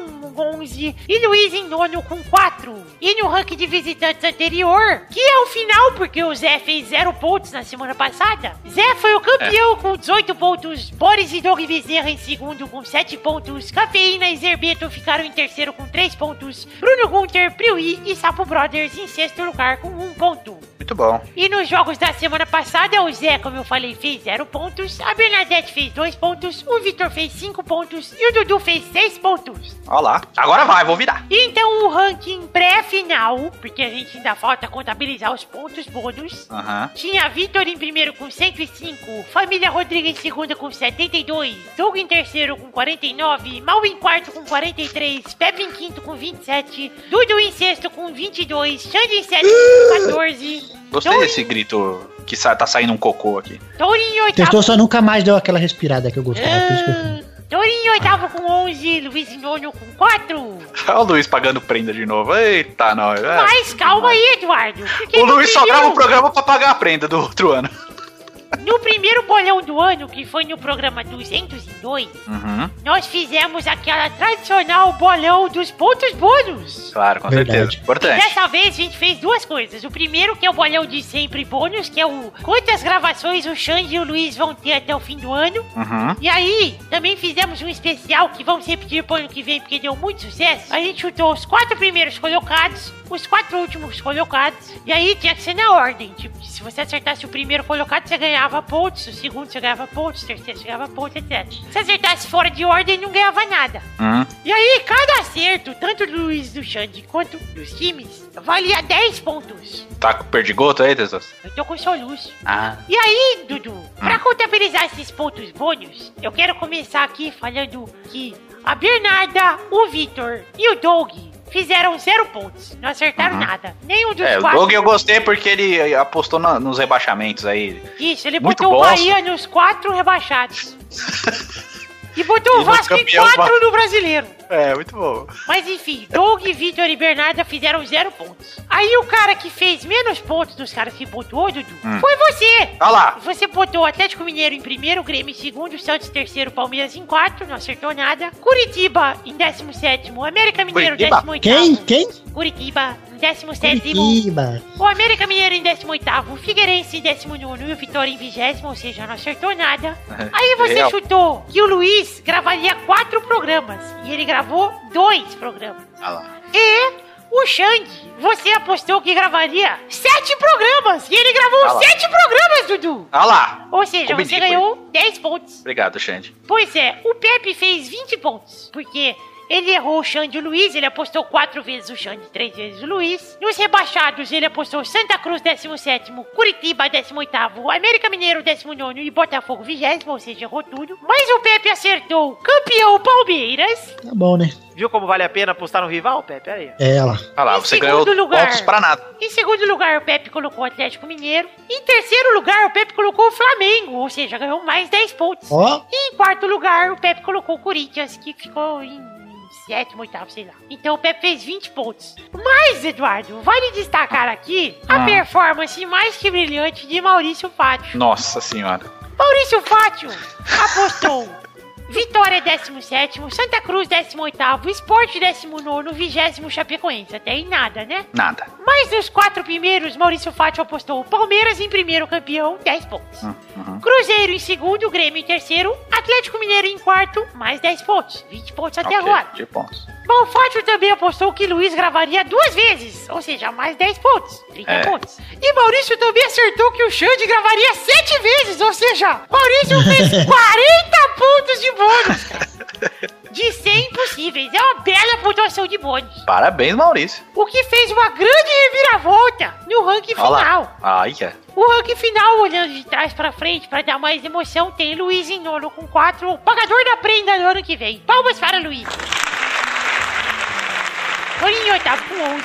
S5: 11 e Luiz em nono com 4. E no ranking de visitantes anterior, que é o final porque o Zé fez 0 pontos na semana passada, Zé foi o campeão com 18 pontos, Boris e Doug Bezerra em segundo com 7 pontos, Cafeína e Zerbeto ficaram em terceiro com 3 pontos, Bruno Gunter, Priui e Sapo Brothers em sexto lugar com 1 ponto.
S3: Muito bom.
S5: E nos jogos da semana passada, o Zé, como eu falei, fez 0 pontos, a Bernadette fez 2 pontos, o Vitor fez 5 pontos e o Dudu fez 6 pontos.
S3: Olha lá. Agora vai, vou virar.
S5: Então o ranking pré-final, porque a gente ainda falta contabilizar os pontos bônus,
S3: Aham.
S5: tinha Vitor em primeiro com 105, Família Rodrigues em segunda com 72, Doug em terceiro com 49, Mal em quarto com 43, Pepe em quinto com 27, Dudu em sexto com 22, Xande em sétimo com 14,
S3: Gostei
S5: Doug-
S3: desse grito que sa- tá saindo um cocô aqui. (laughs)
S5: Touro em oitavo.
S2: Testou só nunca mais deu aquela respirada que eu gostava. por isso que eu-
S5: tá Ah, Touro em oitavo com 11, Luiz em nono com 4.
S3: Olha o Luiz pagando prenda de novo. Eita, nós. é.
S5: Mas calma aí, Eduardo. porque
S3: O
S5: no
S3: Luiz só grava o
S5: primeiro-
S3: programa pra pagar a prenda do outro ano.
S5: No primeiro bolão do ano, que foi no programa 202,
S3: Uhum,
S5: nós fizemos aquela tradicional bolão dos pontos bônus.
S3: claro, com
S2: Verdade.
S3: certeza. Importante.
S5: Dessa vez a gente fez duas coisas. O primeiro, que é o bolão de sempre bônus, que é o quantas gravações o Xande e o Luiz vão ter até o fim do ano.
S3: Uhum.
S5: E aí, também fizemos um especial que vamos repetir pro ano que vem porque deu muito sucesso. A gente chutou os quatro primeiros colocados, os quatro últimos colocados. E aí tinha que ser na ordem. Tipo, se você acertasse o primeiro colocado, você ganhava ganhava pontos, o segundo você ganhava pontos, o terceiro você ganhava pontos, etc. Se acertasse fora de ordem, não ganhava nada.
S3: Hum.
S5: E aí, cada acerto, tanto do Luiz do Xande quanto dos times, valia 10 pontos.
S3: Tá com perdigoto aí, Testoso?
S5: Eu tô com soluço.
S3: Ah. Hum.
S5: E aí, Dudu, pra contabilizar esses pontos bônus, eu quero começar aqui falando que a Bernarda, o Vitor e o Doug fizeram zero pontos. Não acertaram nada. Nenhum dos
S3: Uhum. É, o
S5: quatro.
S3: Doug eu gostei porque ele apostou na- nos rebaixamentos aí.
S5: Isso, ele
S3: Muito
S5: botou o
S3: bosta.
S5: Bahia nos quatro
S3: (laughs)
S5: rebaixados. e botou
S3: E
S5: o
S3: no
S5: Vasco em
S3: campeão,
S5: quatro no brasileiro.
S3: É, muito bom.
S5: Mas enfim, Doug, Vitor e Bernarda fizeram zero pontos. Aí o cara que fez menos pontos dos caras que botou, Dudu,
S3: Hum.
S5: foi você!
S3: Olha lá.
S5: Você botou o Atlético Mineiro em primeiro, o Grêmio em segundo, o Santos em terceiro, o Palmeiras em quarto, não acertou nada. Curitiba em décimo sétimo, o América Mineiro em
S3: Curitiba?
S5: décimo
S2: Quem?
S5: oitavo.
S2: Quem?
S5: Curitiba em décimo sétimo,
S2: Curitiba.
S5: o América Mineiro em décimo oitavo, o Figueirense em décimo nono e o Vitória em vigésimo, ou seja, não acertou nada.
S2: (laughs)
S5: Aí você
S3: Real.
S5: chutou que o Luiz gravaria quatro programas e ele gravou dois programas.
S3: Olha Tá lá.
S5: E o Shang, você apostou que gravaria sete programas e ele gravou
S3: Ah lá.
S5: sete programas, Dudu.
S3: Olha Tá lá.
S5: Ou seja,
S3: Como
S5: você
S3: ridículo.
S5: ganhou 10 pontos.
S3: Obrigado, Xande.
S5: Pois é, o Pepe fez 20 pontos, porque ele errou o Xande e o Luiz, ele apostou 4 vezes o Xande e 3 vezes o Luiz. Nos rebaixados, ele apostou Santa Cruz 17, Curitiba 18, América Mineiro 19 e Botafogo 20, ou seja, errou tudo. Mas o Pepe acertou o campeão Palmeiras.
S2: Tá bom, né?
S1: Viu como vale a pena apostar no rival, Pepe? Aí.
S2: É ela.
S3: Olha Tá lá,
S5: Em
S3: você ganhou
S5: segundo lugar.
S3: pontos pra nada.
S5: Em segundo lugar, o Pepe colocou o Atlético Mineiro. Em terceiro lugar, o Pepe colocou o Flamengo, ou seja, ganhou mais 10 pontos.
S2: Ó,
S5: E em quarto lugar, o Pepe colocou o Corinthians, que ficou em sétimo, oitavo, sei lá. Então o Pepe fez 20 pontos. Mas, Eduardo, vale destacar aqui a
S3: Ah.
S5: performance mais que brilhante de Maurício Fátio.
S3: Nossa senhora.
S5: Maurício Fátio apostou Vitória 17, Santa Cruz 18, Esporte 19, 20 Chapecoense. Até em nada, né?
S3: Nada.
S5: Mas nos quatro primeiros, Maurício Fátio apostou Palmeiras em primeiro campeão, 10 pontos.
S3: Hum, uhum.
S5: Cruzeiro em segundo, Grêmio em terceiro, Atlético Mineiro em quarto, mais 10 pontos, 20 pontos
S3: Ok,
S5: até agora.
S3: De pontos.
S5: Bom, Fátio também apostou que Luiz gravaria duas vezes, ou seja, mais 10 pontos, 30
S3: É.
S5: pontos. E Maurício também acertou que o Xande gravaria sete vezes, ou seja, Maurício fez
S3: (laughs)
S5: 40 pontos de bônus, cara. De 100 possíveis, é uma bela pontuação de bônus.
S3: Parabéns, Maurício.
S5: O que fez uma grande reviravolta no ranking
S3: Olha
S5: final.
S3: lá. Ai, é.
S5: O ranking final, olhando de trás pra frente pra dar mais emoção, tem Luiz em nono com 4, o pagador da prenda no ano que vem. Palmas para Luiz. Torinho em oitavo com 11,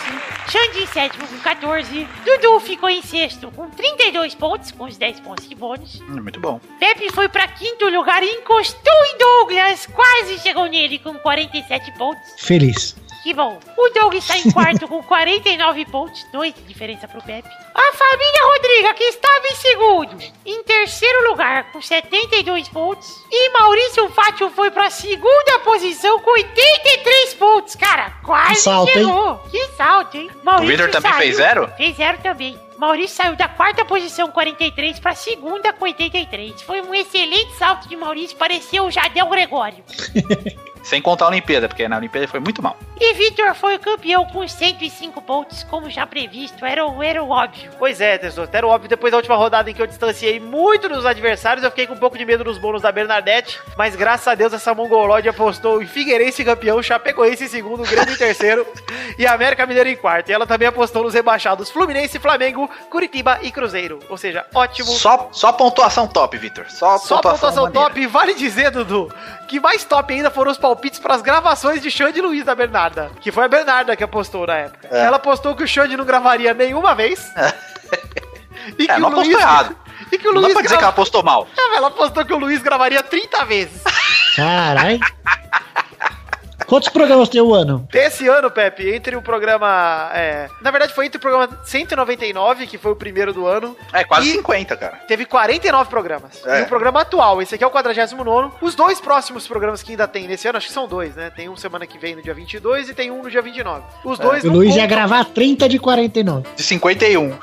S5: Xande em sétimo com 14, Dudu ficou em sexto com 32 pontos, com os 10 pontos de bônus.
S3: Hum, Muito bom.
S5: Pepe foi pra quinto lugar e encostou em Douglas, quase chegou nele com 47 pontos.
S2: feliz.
S5: Que bom. O Doug está em quarto com 49 pontos, 2 de diferença pro Pepe. A família Rodriga, que estava em segundo, em terceiro lugar com 72 pontos. E Maurício Fátio foi pra segunda posição com 83 pontos. Cara, quase
S2: Que salto, hein?
S5: chegou. Que salto, hein?
S3: O Vitor também
S5: saiu-
S3: fez zero?
S5: Fez zero também. Maurício saiu da quarta posição 43 pra segunda com 83. Foi um excelente salto de Maurício, pareceu o Jadel Gregório.
S3: Sem contar a Olimpíada, porque na Olimpíada ele foi muito mal.
S5: E Vitor foi o campeão com 105 pontos, como já previsto, era, o- era o óbvio.
S1: Pois é, Tesouro. Era óbvio, depois da última rodada em que eu distanciei muito dos adversários, eu fiquei com um pouco de medo dos bônus da Bernadette. Mas graças a Deus, essa mongolóide apostou em Figueirense campeão, Chapecoense em segundo, Grêmio em terceiro (laughs) e América Mineiro em quarto. E ela também apostou nos rebaixados Fluminense, Flamengo, Curitiba e Cruzeiro. Ou seja, ótimo.
S3: Só, só pontuação top, Vitor. Só,
S1: Só pontuação
S3: maneira.
S1: top. E vale dizer, Dudu, que mais top ainda foram os palpites para as gravações de Xande e Luiz da Bernarda. Que foi a Bernarda que apostou na época.
S3: É.
S1: Ela apostou que o Xande não gravaria nenhuma vez.
S3: (laughs)
S1: e
S3: É, não apostou errado.
S1: E que o
S3: Não dá
S1: Luiz
S3: pra dizer que ela
S1: grava... (laughs)
S3: apostou mal.
S1: Ela apostou que o Luiz gravaria 30 vezes.
S2: Caralho. Quantos programas tem o ano?
S1: Esse ano, Pepe, entre o programa. é, Na verdade, foi entre o programa 199, que foi o primeiro do ano.
S3: É, quase
S1: E-
S3: 50, cara.
S1: Teve 49 programas.
S3: É.
S1: E o programa atual, esse aqui é o 49. Os dois próximos programas que ainda tem nesse ano, acho que são dois, né? Tem um semana que vem no dia 22 e tem um no dia 29. Os dois
S2: É, O
S1: não
S2: Luiz ia
S1: contam-
S2: gravar 30 de 49.
S3: De 51.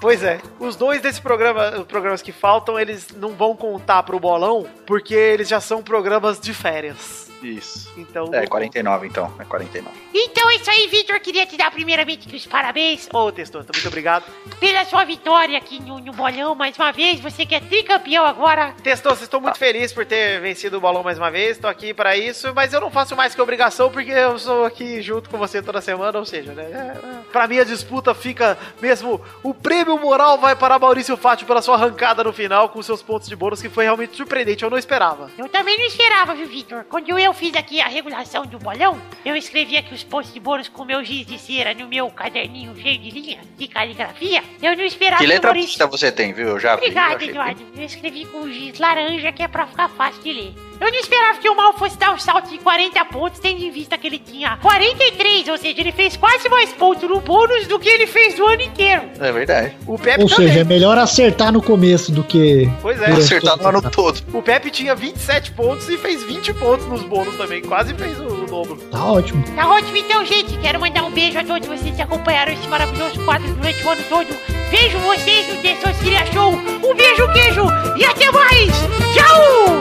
S1: Pois é. Os dois desse programa, os programas que faltam, eles não vão contar pro bolão, porque eles já são programas de férias.
S3: Isso.
S5: Uhum.
S1: Então.
S3: É, 49 então. É 49.
S5: Então Então é isso aí, Vitor. Queria te dar primeiramente os parabéns
S1: Ô, Testoso, muito obrigado.
S5: pela sua vitória aqui no, no bolão mais uma vez. Você que é tricampeão agora.
S1: Testoso, estou muito feliz por ter vencido o balão mais uma vez. Estou aqui para isso, mas eu não faço mais que obrigação porque eu sou aqui junto com você toda semana, ou seja, né? é, é. Para mim a disputa fica mesmo. O prêmio moral vai para Maurício Fátio pela sua arrancada no final com seus pontos de bônus, que foi realmente surpreendente. Eu não esperava.
S5: Eu também não esperava, viu, Vitor? Quando eu fiz aqui a regulação do bolão, eu escrevi aqui os pontos de bônus com meu giz de cera no meu caderninho cheio de linha de caligrafia. Eu não esperava
S3: Que letra
S5: Maurício-
S3: bonita você tem, viu? Eu já vi. eu
S5: Obrigado,
S3: achei
S5: Eduardo. Eu escrevi com giz laranja, que é pra ficar fácil de ler. Eu não esperava que o Mal fosse dar um salto de 40 pontos, tendo em vista que ele tinha 43, ou seja, ele fez quase mais pontos no bônus do que ele fez o ano inteiro.
S3: bonito. É verdade.
S1: O Pepe
S2: Ou
S1: também.
S2: seja, é melhor acertar no começo do que.
S1: Pois é.
S2: Eu
S3: Acertar
S2: tô-
S3: no ano todo.
S1: O Pepe tinha 27 pontos e fez 20 pontos nos bônus também. Quase fez o, o dobro.
S2: Tá ótimo.
S5: Tá ótimo então, gente. Quero mandar um beijo a todos vocês que acompanharam esse maravilhoso quadro durante o ano todo. Vejo vocês no The Social Show. Um beijo, queijo e até mais. Tchau!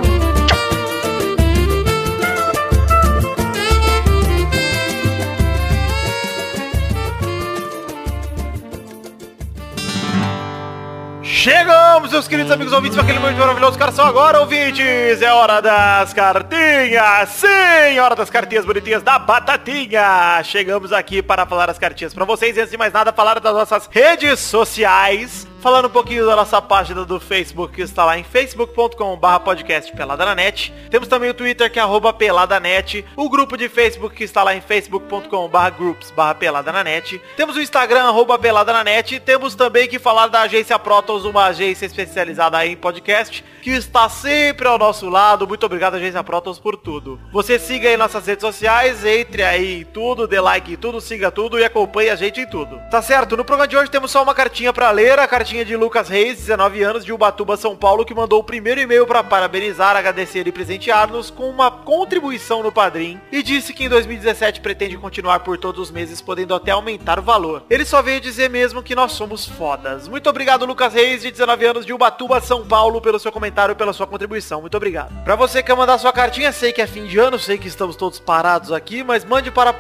S1: Chegamos, meus queridos amigos ouvintes, para aquele momento maravilhoso. Cara, só agora, ouvintes, é hora das cartinhas. Sim, hora das cartinhas bonitinhas da Batatinha. Chegamos aqui para falar as cartinhas para vocês. E antes de mais nada, falar das nossas redes sociais. Falando um pouquinho da nossa página do Facebook, que está lá em facebook.com.br podcast Peladanet. Temos também o Twitter, que é arroba peladanet. O grupo de Facebook, que está lá em facebook.com.br groups barra peladananet. Temos o Instagram, arroba peladananet. Temos também que falar da agência Protons, uma agência especializada em podcast, que está sempre ao nosso lado. Muito obrigado, agência Protons, por tudo. Você siga aí nossas redes sociais, entre aí em tudo, dê like em tudo, siga tudo e acompanhe a gente em tudo. Tá certo? No programa de hoje temos só uma cartinha pra ler, a cartinha de Lucas Reis, 19 anos, de Ubatuba, São Paulo, que mandou o primeiro e-mail pra parabenizar, agradecer e presentear-nos com uma contribuição no Padrim e disse que em 2017 pretende continuar por todos os meses, podendo até aumentar o valor. Ele só veio dizer mesmo que nós somos fodas. Muito obrigado, Lucas Reis, de 19 anos, de Ubatuba, São Paulo, pelo seu comentário e pela sua contribuição. Muito obrigado. Pra você que quer mandar sua cartinha, sei que é fim de ano, sei que estamos todos parados aqui, mas mande para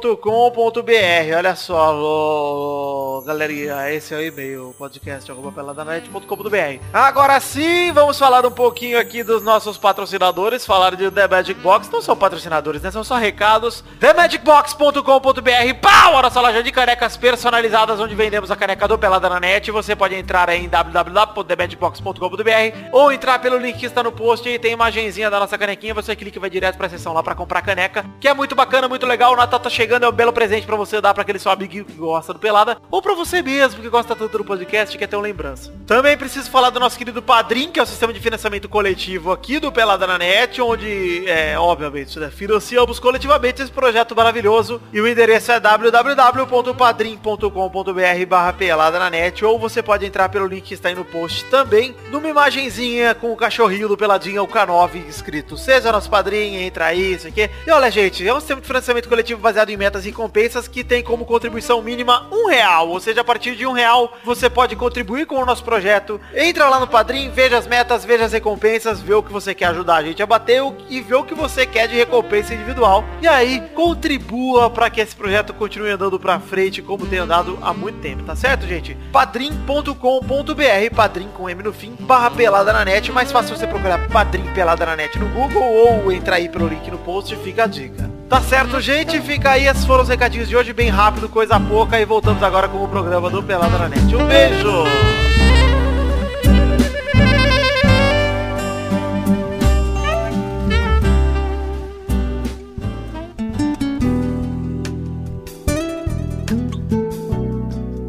S1: podcast@peladananet.com.br. Olha só, alô, galerinha, esse é o e-mail, podcast@peladananet.com.br. Agora sim, vamos falar um pouquinho aqui dos nossos patrocinadores, falar de The Magic Box, não são patrocinadores, né? São só recados. TheMagicBox.com.br, pau! A nossa loja de canecas personalizadas, onde vendemos a caneca do Pelada na Net. Você pode entrar aí em www.themagicbox.com.br ou entrar pelo link que está no post e tem imagenzinha da nossa canequinha. Você clica e vai direto pra seção lá pra comprar caneca, que é muito bacana, muito legal. O Natal tá chegando, é um belo presente pra você dar pra aquele seu amiguinho que gosta do Pelada ou pra você mesmo que gosta tanto do podcast e quer ter uma lembrança. Também preciso falar do nosso querido Padrim, que é o sistema de financiamento coletivo aqui do Pelada na Net, onde, é, obviamente, né, financiamos coletivamente esse projeto maravilhoso. E o endereço é www.padrim.com.br barra pelada na net, ou você pode entrar pelo link que está aí no post também, numa imagenzinha com o cachorrinho do Peladinha, o K9, escrito. Seja nosso padrinho, entra aí, isso aqui. E olha, gente, é um sistema de financiamento coletivo baseado em metas e recompensas que tem como contribuição mínima um real, ou seja, a partir de um real você pode contribuir com o nosso projeto. Entra lá no Padrim, veja as metas, veja as recompensas, vê o que você quer ajudar a gente a bater o- e vê o que você quer de recompensa individual. E aí, contribua para que esse projeto continue andando pra frente como tem andado há muito tempo, tá certo, gente? padrim.com.br, padrim com M no fim, barra pelada na net, mais fácil você procurar Padrim Pelada na net no Google ou entrar aí pelo link no post e fica a dica. Tá certo, gente? Fica aí, esses foram os recadinhos de hoje, bem rápido, coisa pouca, e voltamos agora com o programa do Pelada na Net. Um beijo!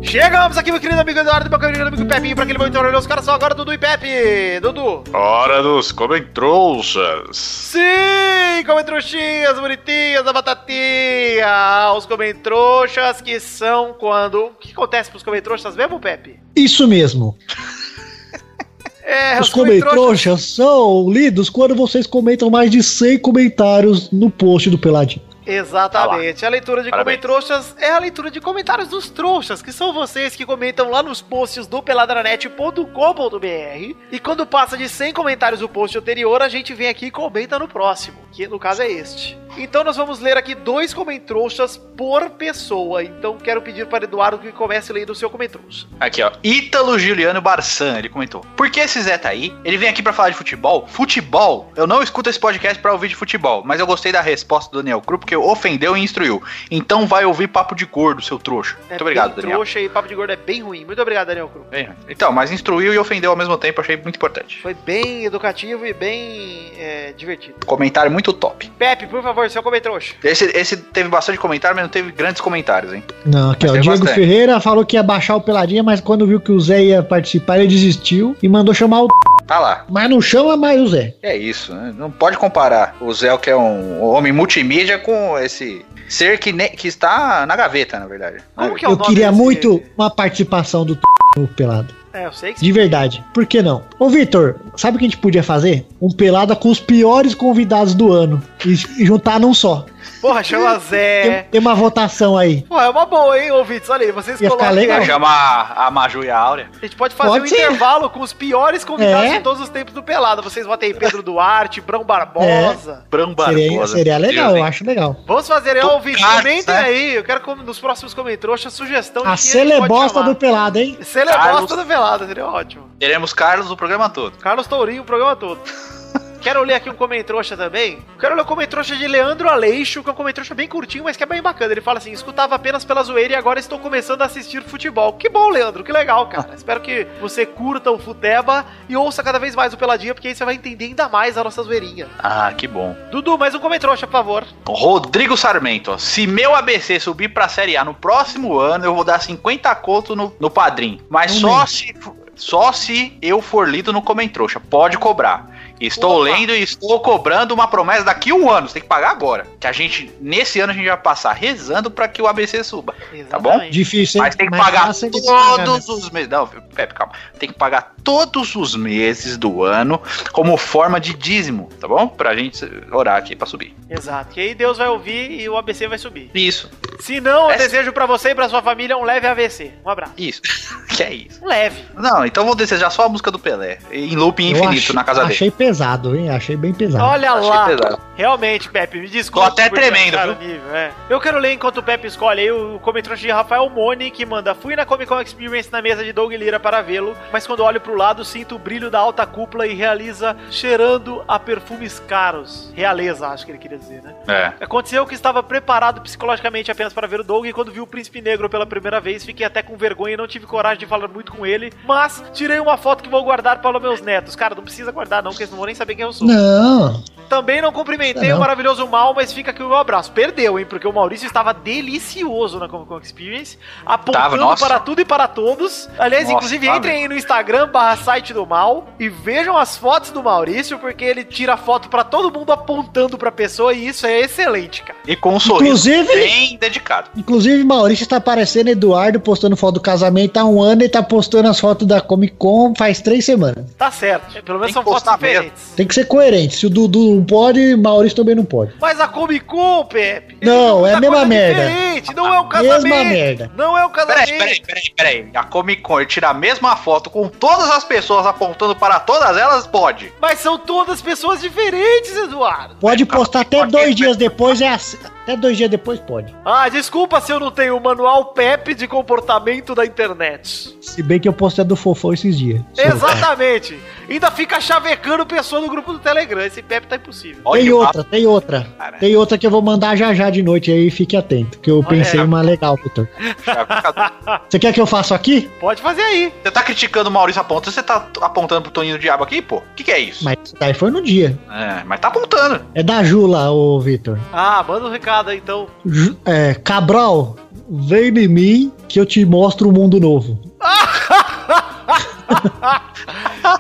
S1: Chegamos aqui, meu querido amigo Eduardo, meu querido amigo Pepinho, pra aquele momento maravilhoso. Cara, só agora Dudu e Pepe. Dudu.
S6: Hora dos comentrouxas.
S1: Sim, comentrouxinhas bonitinhas da batatinha. Os comentrouxas que são quando... O que acontece pros comentrouxas mesmo, Pepe?
S2: Isso mesmo.
S1: É,
S2: os comentroxas são lidos quando vocês comentam mais de 100 comentários no post do Peladinho.
S1: Exatamente. a leitura de
S3: Tá Parabéns.
S1: comentroxas é a leitura de comentários dos trouxas, que são vocês que comentam lá nos posts do peladranet.com.br. E quando passa de 100 comentários o post anterior, a gente vem aqui e comenta no próximo, que no caso é este. Então nós vamos ler aqui dois comentrouxas por pessoa. Então quero pedir para Eduardo que comece lendo o seu É comentrouxa.
S3: Aqui, ó. Ítalo Juliano Barçan, ele comentou. Por que esse Zé tá aí? Ele vem aqui pra falar de futebol? Futebol? Eu não escuto esse podcast pra ouvir de futebol, mas eu gostei da resposta do Daniel Cru, porque ofendeu e instruiu. Então vai ouvir papo de gordo, seu trouxa.
S1: É
S3: Muito obrigado,
S1: bem
S3: Daniel.
S1: Trouxa e papo de gordo é bem ruim. Muito obrigado, Daniel Cruz.
S3: É, Então, mas instruiu e ofendeu ao mesmo tempo, achei muito importante.
S1: Foi bem educativo e bem é, divertido.
S3: Comentário muito top.
S1: Pepe, por favor, seu comentrouxa.
S3: Esse, esse teve bastante comentário, mas não teve grandes comentários, hein?
S2: Não, aqui,
S3: Mas
S2: ó.
S3: tem
S2: Diego
S3: bastante.
S2: Ferreira falou que ia baixar o Peladinha, mas quando viu que o Zé ia participar, ele desistiu e mandou chamar o.
S3: Tá lá.
S2: Mas não chama mais o Zé.
S3: É isso, né? Não pode comparar o Zé, que é um homem multimídia, com esse ser que, ne- que está na gaveta, na verdade.
S1: Como que é o
S2: Ah, Eu
S1: nome
S2: queria
S1: desse-
S2: muito uma participação do no Pelado.
S1: É, eu sei que
S2: De verdade. Por que não? Ô, Vitor, sabe o que a gente podia fazer? Um Pelada com os piores convidados do ano. E, e juntar num só.
S1: Porra, chama Zé.
S2: Tem, tem uma votação aí.
S1: Pô, é uma boa, hein, ouvintes? Olha aí, vocês
S2: Ia ficar
S1: colocam.
S2: legal.
S3: Vai
S1: aí.
S3: chamar a Maju e a Áurea.
S1: A gente pode fazer
S2: Pode
S1: um
S2: ser.
S1: intervalo com os piores convidados
S2: É.
S1: de todos os tempos do Pelada. Vocês votem aí Pedro Duarte, Brão Barbosa.
S2: É.
S3: Brão
S2: Seria,
S3: Barbosa.
S2: seria legal,
S3: Deus,
S2: eu
S3: hein?
S2: acho legal.
S1: Vamos fazer aí, ouvintes.
S3: Caraca,
S1: Comentem
S3: né?
S1: aí. Eu quero, como nos próximos comentários, sugestão
S2: A
S1: de quem gente pode
S2: celebosta
S1: chamar.
S2: do Pelada, hein?
S1: Celebosta do Pelada, seria ótimo.
S3: Teremos Carlos o programa todo.
S1: Carlos Tourinho, o programa todo. Quero ler aqui um comentrouxa também. Quero ler o comentrouxa de Leandro Aleixo, que é um comentrouxa bem curtinho, mas que é bem bacana. Ele fala assim: escutava apenas pela zoeira e agora estou começando a assistir futebol. Que bom, Leandro, que
S3: (laughs)
S1: legal, cara. Espero que você curta o Futeba e ouça cada vez mais o Peladinha, porque aí você vai entender ainda mais a nossa zoeirinha.
S3: Ah, que bom.
S1: Dudu, mais um comentrouxa, por favor.
S3: Rodrigo Sarmento, ó. Se meu ABC subir pra Série A no próximo ano, eu vou dar 50 conto no, no padrinho. Mas
S2: Não
S3: só
S2: mesmo.
S3: se, só se eu for lido no Comentrouxa. Pode cobrar. Estou
S1: Opa.
S3: lendo e estou cobrando uma promessa daqui a um ano. Você tem que pagar agora. Que a gente, nesse ano, a gente vai passar rezando pra que o ABC suba. Tá bom?
S1: Exatamente.
S2: Difícil, hein?
S3: Mas tem que
S2: Mais
S3: pagar
S2: fácil é
S3: todos
S2: que pagar, né?
S3: os meses. Não, Pepe, calma. Tem que pagar todos os meses do ano como forma de dízimo, tá bom? Pra gente orar aqui pra subir.
S1: Exato. Que aí Deus vai ouvir e o ABC vai subir.
S3: Isso,
S1: Se não, eu
S3: É.
S1: desejo pra você e pra sua família um leve AVC. Um abraço.
S3: isso. (laughs) que é isso.
S1: Um leve.
S3: Não, então vou desejar só a música do Pelé. Em looping
S2: Eu
S3: infinito
S2: achei-
S3: na casa dele.
S2: Achei pesado, hein? Achei bem pesado.
S1: Olha
S3: Achei
S1: Tá lá.
S3: pesado.
S1: Realmente, Pepe, me desculpa.
S3: Tô até
S1: por
S3: tremendo,
S1: baixar o nível, é. Eu quero ler enquanto o Pepe escolhe aí o comentário de Rafael Moni, que manda Fui na Comic Con Experience na mesa de Doug Lira para vê-lo, mas quando olho pro lado, sinto o brilho da alta cúpula e realiza cheirando a perfumes caros. Realeza, acho que ele queria dizer, né?
S3: É.
S1: Aconteceu que estava preparado psicologicamente apenas para ver o Doug e quando vi o Príncipe Negro pela primeira vez, fiquei até com vergonha e não tive coragem de falar muito com ele, mas tirei uma foto que vou guardar para os meus netos. Cara, não precisa guardar não, porque eles não vão nem saber quem eu sou.
S2: Não,
S1: Também não cumprimentei
S2: Ah, Não.
S1: o maravilhoso Mal, mas fica aqui o meu abraço. Perdeu, hein? Porque o Maurício estava delicioso na Comic Con Experience, apontando
S3: Tava, nossa.
S1: para tudo e para todos. Aliás,
S3: Nossa,
S1: inclusive,
S3: tava.
S1: entrem aí no Instagram barra site do Mal e vejam as fotos do Maurício, porque ele tira foto para todo mundo apontando para pessoa e isso é excelente, cara.
S3: E com um sorriso
S2: Inclusive-
S3: bem dedicado.
S2: Inclusive, Maurício tá aparecendo Eduardo postando foto do casamento há um ano e tá postando as fotos da Comic Con faz três semanas.
S1: Tá certo. Pelo
S3: Tem
S1: menos são
S3: que
S1: fotos
S3: postar mesmo.
S1: diferentes.
S2: Tem que ser coerente. Se o Dudu não pode, Maurício também não pode.
S1: Mas a Comic Con, Pepe.
S2: Não, é a
S1: muita
S2: mesma
S1: coisa
S2: merda.
S1: Diferente. Não é um
S2: Mesma
S1: casamento.
S2: merda.
S1: Não é um casamento.
S3: Peraí, peraí, peraí, peraí. A Comic Con ele tira a mesma foto com todas as pessoas apontando para todas elas? Pode.
S1: Mas são todas pessoas diferentes, Eduardo.
S2: Pode postar até
S3: pode-
S2: dois dias depois, é assim. Até dois dias depois pode.
S1: Ah, desculpa se eu não tenho o manual Pepe de comportamento da internet.
S2: Se bem que eu postei a do Fofão esses dias.
S1: Exatamente. Ainda fica chavecando pessoa no grupo do Telegram. Esse Pepe tá impossível.
S3: Olha
S2: Tem
S3: o
S2: outra, tem outra.
S3: Cara.
S2: Tem outra que eu vou mandar já já de noite aí, fique atento. Que eu pensei
S1: é.
S2: uma legal, Vitor.
S3: mapa.
S2: Você quer que eu faça aqui?
S1: Pode fazer aí.
S3: Você tá criticando o Maurício apontando, você tá apontando pro Toninho do Diabo aqui, pô? O que, que é isso?
S2: Mas isso daí foi no dia.
S3: É, mas tá apontando.
S2: É da Jula, ô Vitor.
S1: Ah, manda um recado aí então.
S2: Ju- é, Cabral, vem em mim que eu te mostro um mundo novo.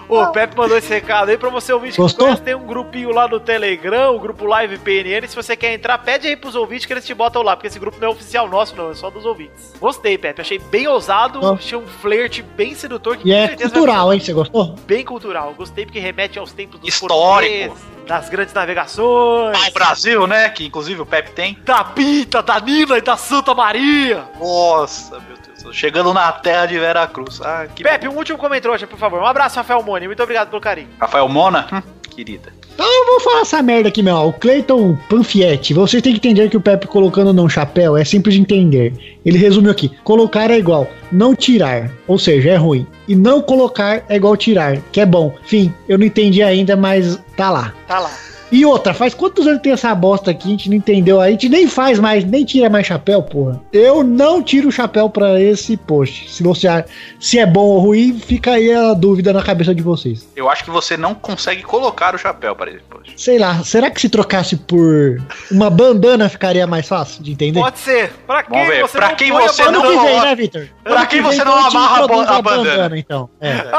S1: O Pepe mandou esse recado aí pra você ouvinte
S2: Gostou?
S1: que conhece. Tem um grupinho lá no Telegram, o grupo Live PNN. Se você quer entrar, pede aí pros ouvintes que eles te botam lá, porque esse grupo não é oficial nosso, não, é só dos ouvintes. Gostei, Pepe. Achei bem ousado,
S2: Ó.
S1: achei um flerte bem sedutor que
S2: E é
S1: certeza vai
S2: cultural, hein? Você gostou?
S1: bem cultural. Gostei porque remete aos tempos dos
S3: Histórico.
S1: portugueses, das grandes navegações,
S3: Ah, o Brasil, né? Que inclusive o Pepe tem.
S1: da Pinta, da Nina e da Santa Maria.
S3: Nossa, meu Deus. do céu. Chegando na terra de Veracruz. Ah, que
S1: Pepe, um último comentário, por favor. Um abraço, Rafael Moni. Muito obrigado pelo carinho.
S3: Rafael Mona, hum, querida.
S2: Então eu vou falar essa merda aqui, meu. ó. O Cleiton Panfietti. Vocês têm que entender que o Pepe colocando ou não chapéu é simples de entender. Ele resumiu aqui. Colocar é igual não tirar, ou seja, é ruim. E não colocar é igual tirar, que é bom. Fim, eu não entendi ainda, mas tá lá.
S1: Tá lá.
S2: E outra, faz quantos anos que tem essa bosta aqui? A gente não entendeu aí. A gente nem faz mais, nem tira mais chapéu, porra. Eu não tiro o chapéu pra esse post. Se você a- se é bom ou ruim, fica aí a dúvida na cabeça de vocês.
S3: Eu acho que você não consegue colocar o chapéu para esse post.
S2: Sei lá, será que se trocasse por uma bandana ficaria mais fácil de entender?
S1: Pode ser. Pra quem
S3: Vamos ver,
S1: você
S3: pra
S1: não
S3: quem
S1: põe a
S3: você
S1: banana?
S2: Ano
S3: não-
S2: que vem, né, Vitor?
S3: Pra
S2: Ano
S3: quem
S2: que vem,
S3: você
S2: então,
S3: não
S2: eu te
S3: amarra a bo-
S2: introduzo
S3: a bandana.
S2: então. É. Ano-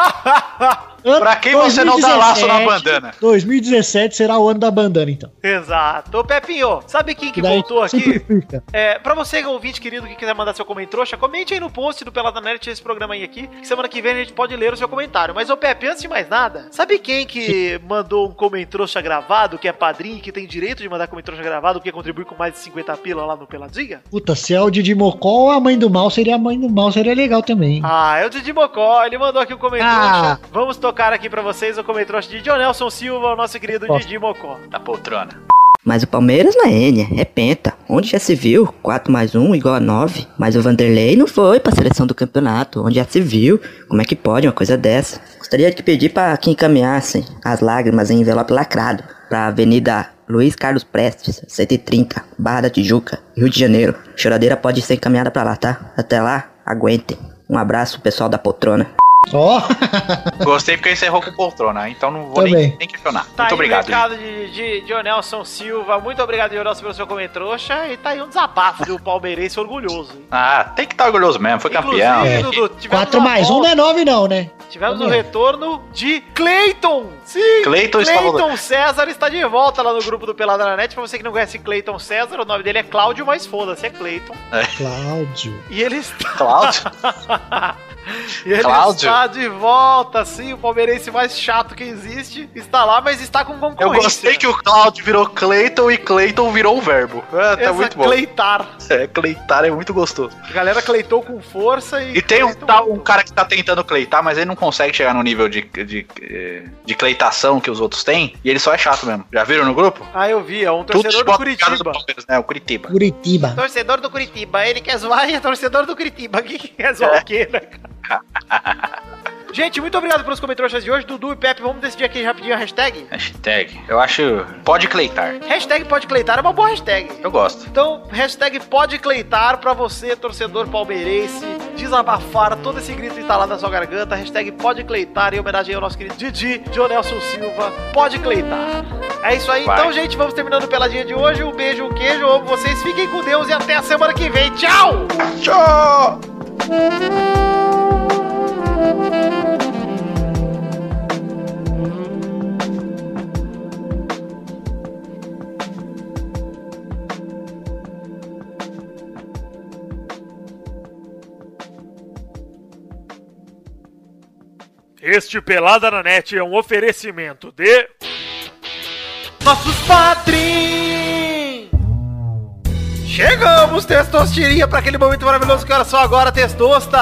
S3: (laughs) Pra quem você não dá laço na
S2: 2017,
S3: bandana?
S2: 2017 será o ano da bandana, então.
S1: Exato. Ô, Pepinho, sabe quem que
S2: Daí
S1: voltou aqui?
S2: simplifica.
S1: É, pra você, ouvinte querido, que quiser mandar seu comentário, trouxa, comente aí no post do Pelada Nerd esse programa aí aqui, que semana que vem a gente pode ler o seu comentário. Mas, ô Pepe, antes de mais nada, sabe quem que mandou um comentrouxa gravado, que é padrinho, e que tem direito de mandar comentrouxa gravado, porque contribui com mais de 50 pila lá no Peladinha?
S2: Puta, se é o Didi Mocó ou a mãe do mal, seria a mãe do mal, seria legal também.
S1: Ah, é o Didi Mocó, ele mandou aqui o um
S2: Ah.
S1: comentrouxa. Vamos tocar aqui pra vocês o comentrouxa de John Nelson Silva, o nosso querido
S2: Posso?
S1: Didi Mocó.
S3: Na Tá poltrona.
S7: Mas o Palmeiras não é N, é penta. Onde já se viu 4 mais 1 igual a 9. Mas o Vanderlei não foi pra seleção do campeonato. Onde já se viu. Como é que pode uma coisa dessa? Gostaria de pedir pra que encaminhassem as lágrimas em envelope lacrado pra Avenida Luiz Carlos Prestes, 130, Barra da Tijuca, Rio de Janeiro. Choradeira pode ser encaminhada pra lá, tá? Até lá, aguentem. Um abraço, pessoal da poltrona.
S2: Ó,
S3: Gostei porque encerrou com poltrona, então não vou
S2: Também.
S3: nem, nem questionar. Muito
S1: Tá aí
S3: obrigado.
S1: o recado de, de, de Nelson Silva. Muito obrigado, John Nelson, pelo seu comentrouxa. E tá aí um desabafo do palmeirense orgulhoso. hein?
S3: Ah, tem que estar orgulhoso mesmo, foi campeão.
S1: Inclusive,
S2: É.
S1: Dudu, tivemos
S2: 4
S1: a
S2: mais 1 não
S1: volta-
S2: é 9 não, né?
S1: Tivemos o
S2: Também.
S1: retorno de Cleiton! Sim!
S3: Cleiton Então, está
S1: Cleiton César está de volta lá no grupo do Pelada na Net. Pra você que não conhece Cleiton César, o nome dele é Cláudio, mas foda-se, é Cleiton.
S2: Cláudio.
S1: E ele está. (laughs)
S3: Cláudio.
S1: e ele
S3: Cláudio?
S1: está de volta, sim, o palmeirense mais chato que existe. Está lá, mas está com
S3: Eu
S1: concorrência.
S3: gostei que o Cláudio virou Cleiton e Cleiton virou um verbo. Ah, tá
S1: Essa
S3: muito bom.
S1: Cleitar.
S3: É, Cleitar é muito gostoso.
S1: A galera cleitou com força e. é
S3: E tem um,
S1: Cleiton
S3: tal-
S1: voltou.
S3: um cara que tá tentando cleitar, mas ele não consegue chegar no nível de, de, eh, de cleitação que os outros têm, e ele só é chato mesmo. Já viram no grupo?
S1: Ah, eu vi, é um
S3: Tudo
S1: torcedor do
S3: bota o cara
S1: Curitiba.
S3: Palmeiras, né? O Curitiba.
S2: Curitiba.
S1: Torcedor do Curitiba, ele quer zoar e é torcedor do Curitiba. (laughs) Quem que quer zoar o quê, né, cara? Gente, muito obrigado pelos comentários de hoje. Dudu e Pepe, vamos decidir aqui rapidinho a hashtag?
S3: Hashtag. Eu acho. Pode cleitar.
S1: Hashtag pode cleitar é uma boa hashtag.
S3: Eu gosto.
S1: Então, hashtag pode cleitar pra você, torcedor palmeirense, desabafar todo esse grito que tá lá na sua garganta. Hashtag pode cleitar em homenagem ao nosso querido Didi, John Nelson Silva. Pode cleitar. É isso aí.
S3: Vai.
S1: Então, gente, vamos terminando o peladinha de hoje. Um beijo, um queijo, amo vocês. Fiquem com Deus e até a semana que vem. Tchau!
S3: Tchau!
S1: Este Pelada na Net é um oferecimento de. Nossos patrins! Chegamos, Testostirinha, para aquele momento maravilhoso que olha só agora, Testosta!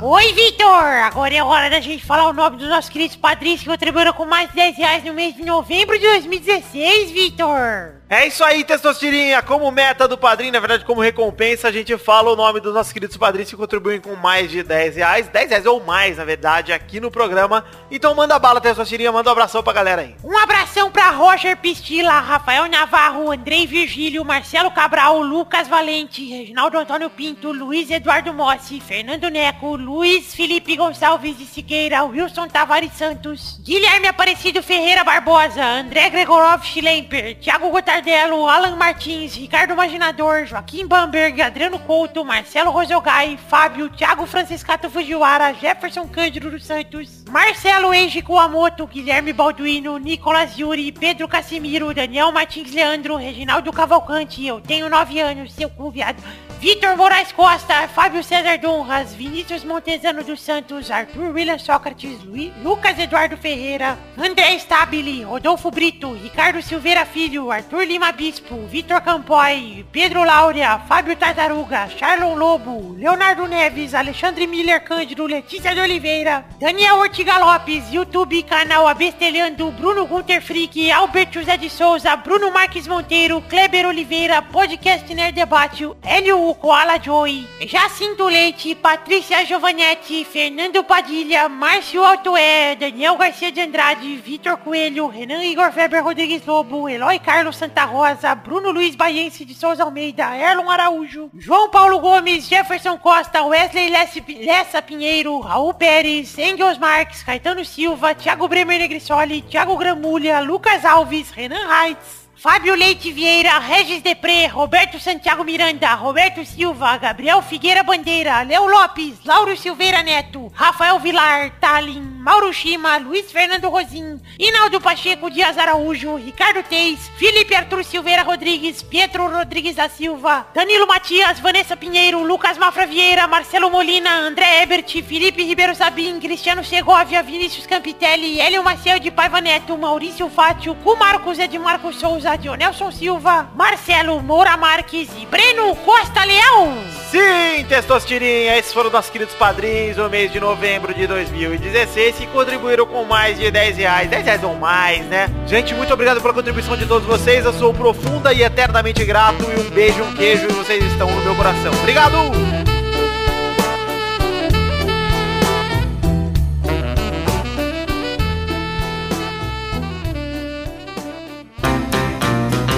S5: Oi, Vitor! Agora é hora da gente falar o nome dos nossos queridos padrinhos que contribuíram com mais de 10 reais no mês de novembro de 2016, Vitor!
S1: É isso aí, Testostirinha! Como meta do padrinho, na verdade, como recompensa, a gente fala o nome dos nossos queridos padrinhos que contribuem com mais de 10 reais, 10 reais ou mais, na verdade, aqui no programa. Então manda bala, Testostirinha, manda um abração pra galera aí.
S5: Um abração pra Roger Pistila, Rafael Navarro, Andrei Virgílio, Marcelo Cabral, Lucas Valente, Reginaldo Antônio Pinto, Luiz Eduardo Mossi, Fernando Neco, Luiz Felipe Gonçalves de Siqueira, Wilson Tavares Santos, Guilherme Aparecido Ferreira Barbosa, André Gregorov Schlemper, Thiago Gotardello, Alan Martins, Ricardo Maginador, Joaquim Bamberg, Adriano Couto, Marcelo Rosogai, Fábio, Thiago Franciscato Fujiwara, Jefferson Cândido dos Santos, Marcelo Eiji Kuamoto, Guilherme Balduino, Nicolas Yuri, Pedro Casimiro, Daniel Martins Leandro, Reginaldo Cavalcante, eu tenho nove anos, seu cu viado. Vitor Moraes Costa, Fábio César Donras, Vinícius Montezano dos Santos, Arthur William Sócrates, Lu- Lucas Eduardo Ferreira, André Stabile, Rodolfo Brito, Ricardo Silveira Filho, Arthur Lima Bispo, Vitor Campoy, Pedro Laura, Fábio Tartaruga, Charlon Lobo, Leonardo Neves, Alexandre Miller Cândido, Letícia de Oliveira, Daniel Ortiga Lopes, YouTube, canal Abestelhando, Bruno Gunter Frick, Alberto José de Souza, Bruno Marques Monteiro, Kleber Oliveira, Podcast Nerd Debate, Hélio Koala Joy, Jacinto Leite, Patrícia Giovanetti, Fernando Padilha, Márcio Altoé, Daniel Garcia de Andrade, Vitor Coelho, Renan Igor Weber Rodrigues Lobo, Eloy Carlos Santa Rosa, Bruno Luiz Baiense de Souza Almeida, Erlon Araújo, João Paulo Gomes, Jefferson Costa, Wesley Lesse- Lessa Pinheiro, Raul Pérez, Engels Marques, Caetano Silva, Thiago Bremer Negrissoli, Thiago Gramulha, Lucas Alves, Renan Reitz, Fábio Leite Vieira, Regis Depré, Roberto Santiago Miranda, Roberto Silva, Gabriel Figueira Bandeira, Léo Lopes, Lauro Silveira Neto, Rafael Vilar, Talin, Mauro Shima, Luiz Fernando Rosim, Inaldo Pacheco Dias Araújo, Ricardo Teis, Felipe Arthur Silveira Rodrigues, Pietro Rodrigues da Silva, Danilo Matias, Vanessa Pinheiro, Lucas Mafra Vieira, Marcelo Molina, André Ebert, Felipe Ribeiro Sabim, Cristiano Segovia, Vinícius Campitelli, Hélio Maciel de Paiva Neto, Maurício Fátio, com Marcos Edmarco Souza, Dionelson Silva, Marcelo Moura Marques e Breno Costa Leão.
S1: Sim, Testosterinha, esses foram nossos queridos padrinhos no mês de novembro de 2016 que contribuíram com mais de 10 reais, 10 reais ou mais, né? Gente, muito obrigado pela contribuição de todos vocês, eu sou profunda e eternamente grato e um beijo, um queijo e vocês estão no meu coração. Obrigado!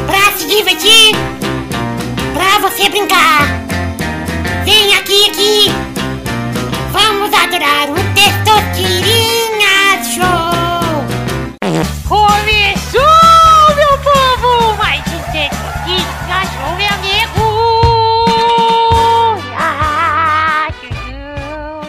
S8: Pra se divertir, pra você brincar. Vem aqui, aqui. Vamos adorar o Testosterinhas Show.
S5: Começou, meu povo! Mais um tempo aqui, cachorro, meu amigo! Ah,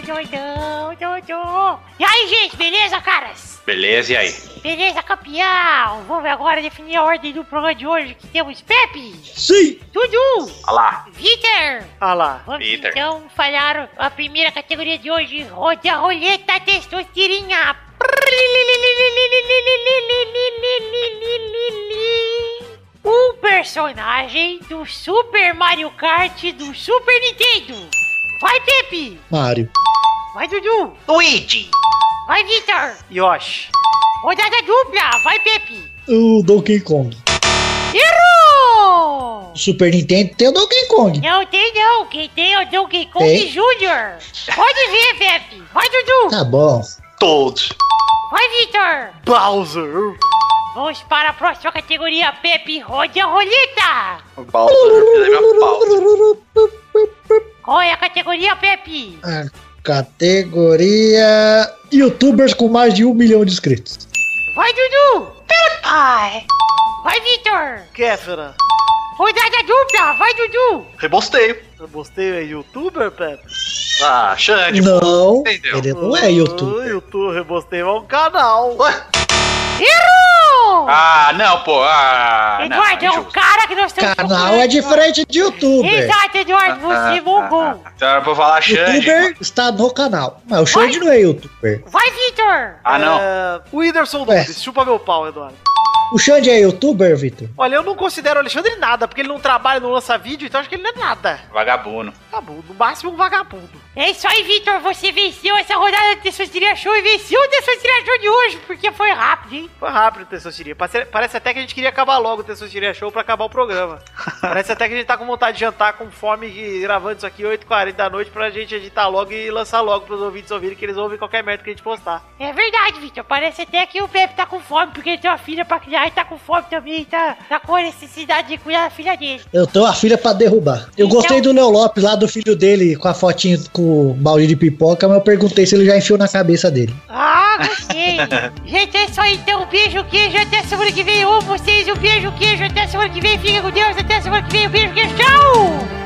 S5: doidão, doidão, doidão. E aí, gente, beleza, caras?
S3: Beleza, e aí?
S5: Beleza, campeão? Vamos agora definir a ordem do programa de hoje, que temos Pepe,
S2: Sim!
S5: Dudu,
S3: Olha lá.
S5: Vitor.
S1: Ah lá.
S5: Vamos
S3: Peter.
S5: então falhar a primeira categoria de hoje, roda a roleta testosterinha. Um personagem do Super Mario Kart do Super Nintendo. Vai, Pepe!
S2: Mário.
S5: Vai, Dudu!
S1: Luigi!
S5: Vai, Vitor!
S1: Yoshi!
S5: Rodada dupla! Vai, Pepe!
S2: O Donkey Kong.
S5: Errou!
S2: O Super Nintendo tem o Donkey Kong.
S5: Não tem não, quem tem é o Donkey Kong
S2: Tem?
S5: Jr. Pode ver, Pepe! Vai, Dudu!
S2: Tá bom.
S3: Todos.
S5: Vai, Vitor!
S1: Bowser!
S5: Vamos para a próxima categoria, Pepe Rode a Roleta!
S3: Bowser, fiz a minha pausa.
S5: Qual é a categoria, Pepe?
S2: A categoria. Youtubers com mais de um milhão de inscritos.
S5: Vai, Dudu! Pai! Vai, Vitor!
S1: Kéfera!
S5: Rodada dupla! Vai, Dudu!
S3: Rebosteio.
S1: Eu gostei, é youtuber, Pepe?
S3: Ah, Xande.
S2: Não,
S3: entendeu.
S2: ele não é
S1: Ah,
S2: youtuber.
S1: Youtuber, rebostei, é um canal.
S5: Errou!
S3: Ah, não, pô. Ah, não,
S5: Eduardo, é um
S3: injusto.
S5: cara que nós estamos
S2: Canal é
S5: procurando.
S2: diferente de youtuber.
S5: Exato, Eduardo, você
S3: Ah,
S5: bugou.
S3: ah, ah. Então eu vou falar Xande.
S2: Youtuber está no canal. Mas o Xande não é youtuber.
S5: Vai, Vitor!
S3: Ah, não.
S1: É, o Whindersson
S2: Ué.
S1: Nunes, chupa meu pau, Eduardo.
S2: O Xande é youtuber, Vitor?
S1: Olha, eu não considero o Alexandre nada, porque ele não trabalha, não lança vídeo, então acho que ele não é nada.
S3: Vagabundo.
S1: Vagabundo, no máximo um vagabundo.
S5: É isso aí, Vitor, você venceu essa rodada do Tessotiria Show e venceu o Tessotiria Show de hoje, porque foi rápido, hein?
S1: Foi rápido o Testosterinha. Parece, parece até que a gente queria acabar logo o Testosterinha Show pra acabar o programa. parece até que a gente tá com vontade de jantar, com fome, e gravando isso aqui 8h40 da noite pra gente editar logo e lançar logo pros ouvintes ouvirem, que eles ouvem qualquer merda que a gente postar.
S5: É verdade, Vitor. Parece até que o Pepe tá com fome, porque ele tem uma filha pra criar e tá com fome também. Tá, tá com a necessidade de cuidar da filha dele.
S2: Eu tenho uma filha pra derrubar. Eu
S5: Então-
S2: gostei do Léo Lopes lá do filho dele com a fotinha com o balde de pipoca, mas eu perguntei se ele já enfiou na cabeça dele.
S5: Ah, gostei. Gente, é isso aí. Então, beijo, queijo. Até semana que vem. Ou vocês, um beijo, queijo. Até semana que vem. Fica com Deus. Até semana que vem. Um beijo, queijo. Tchau!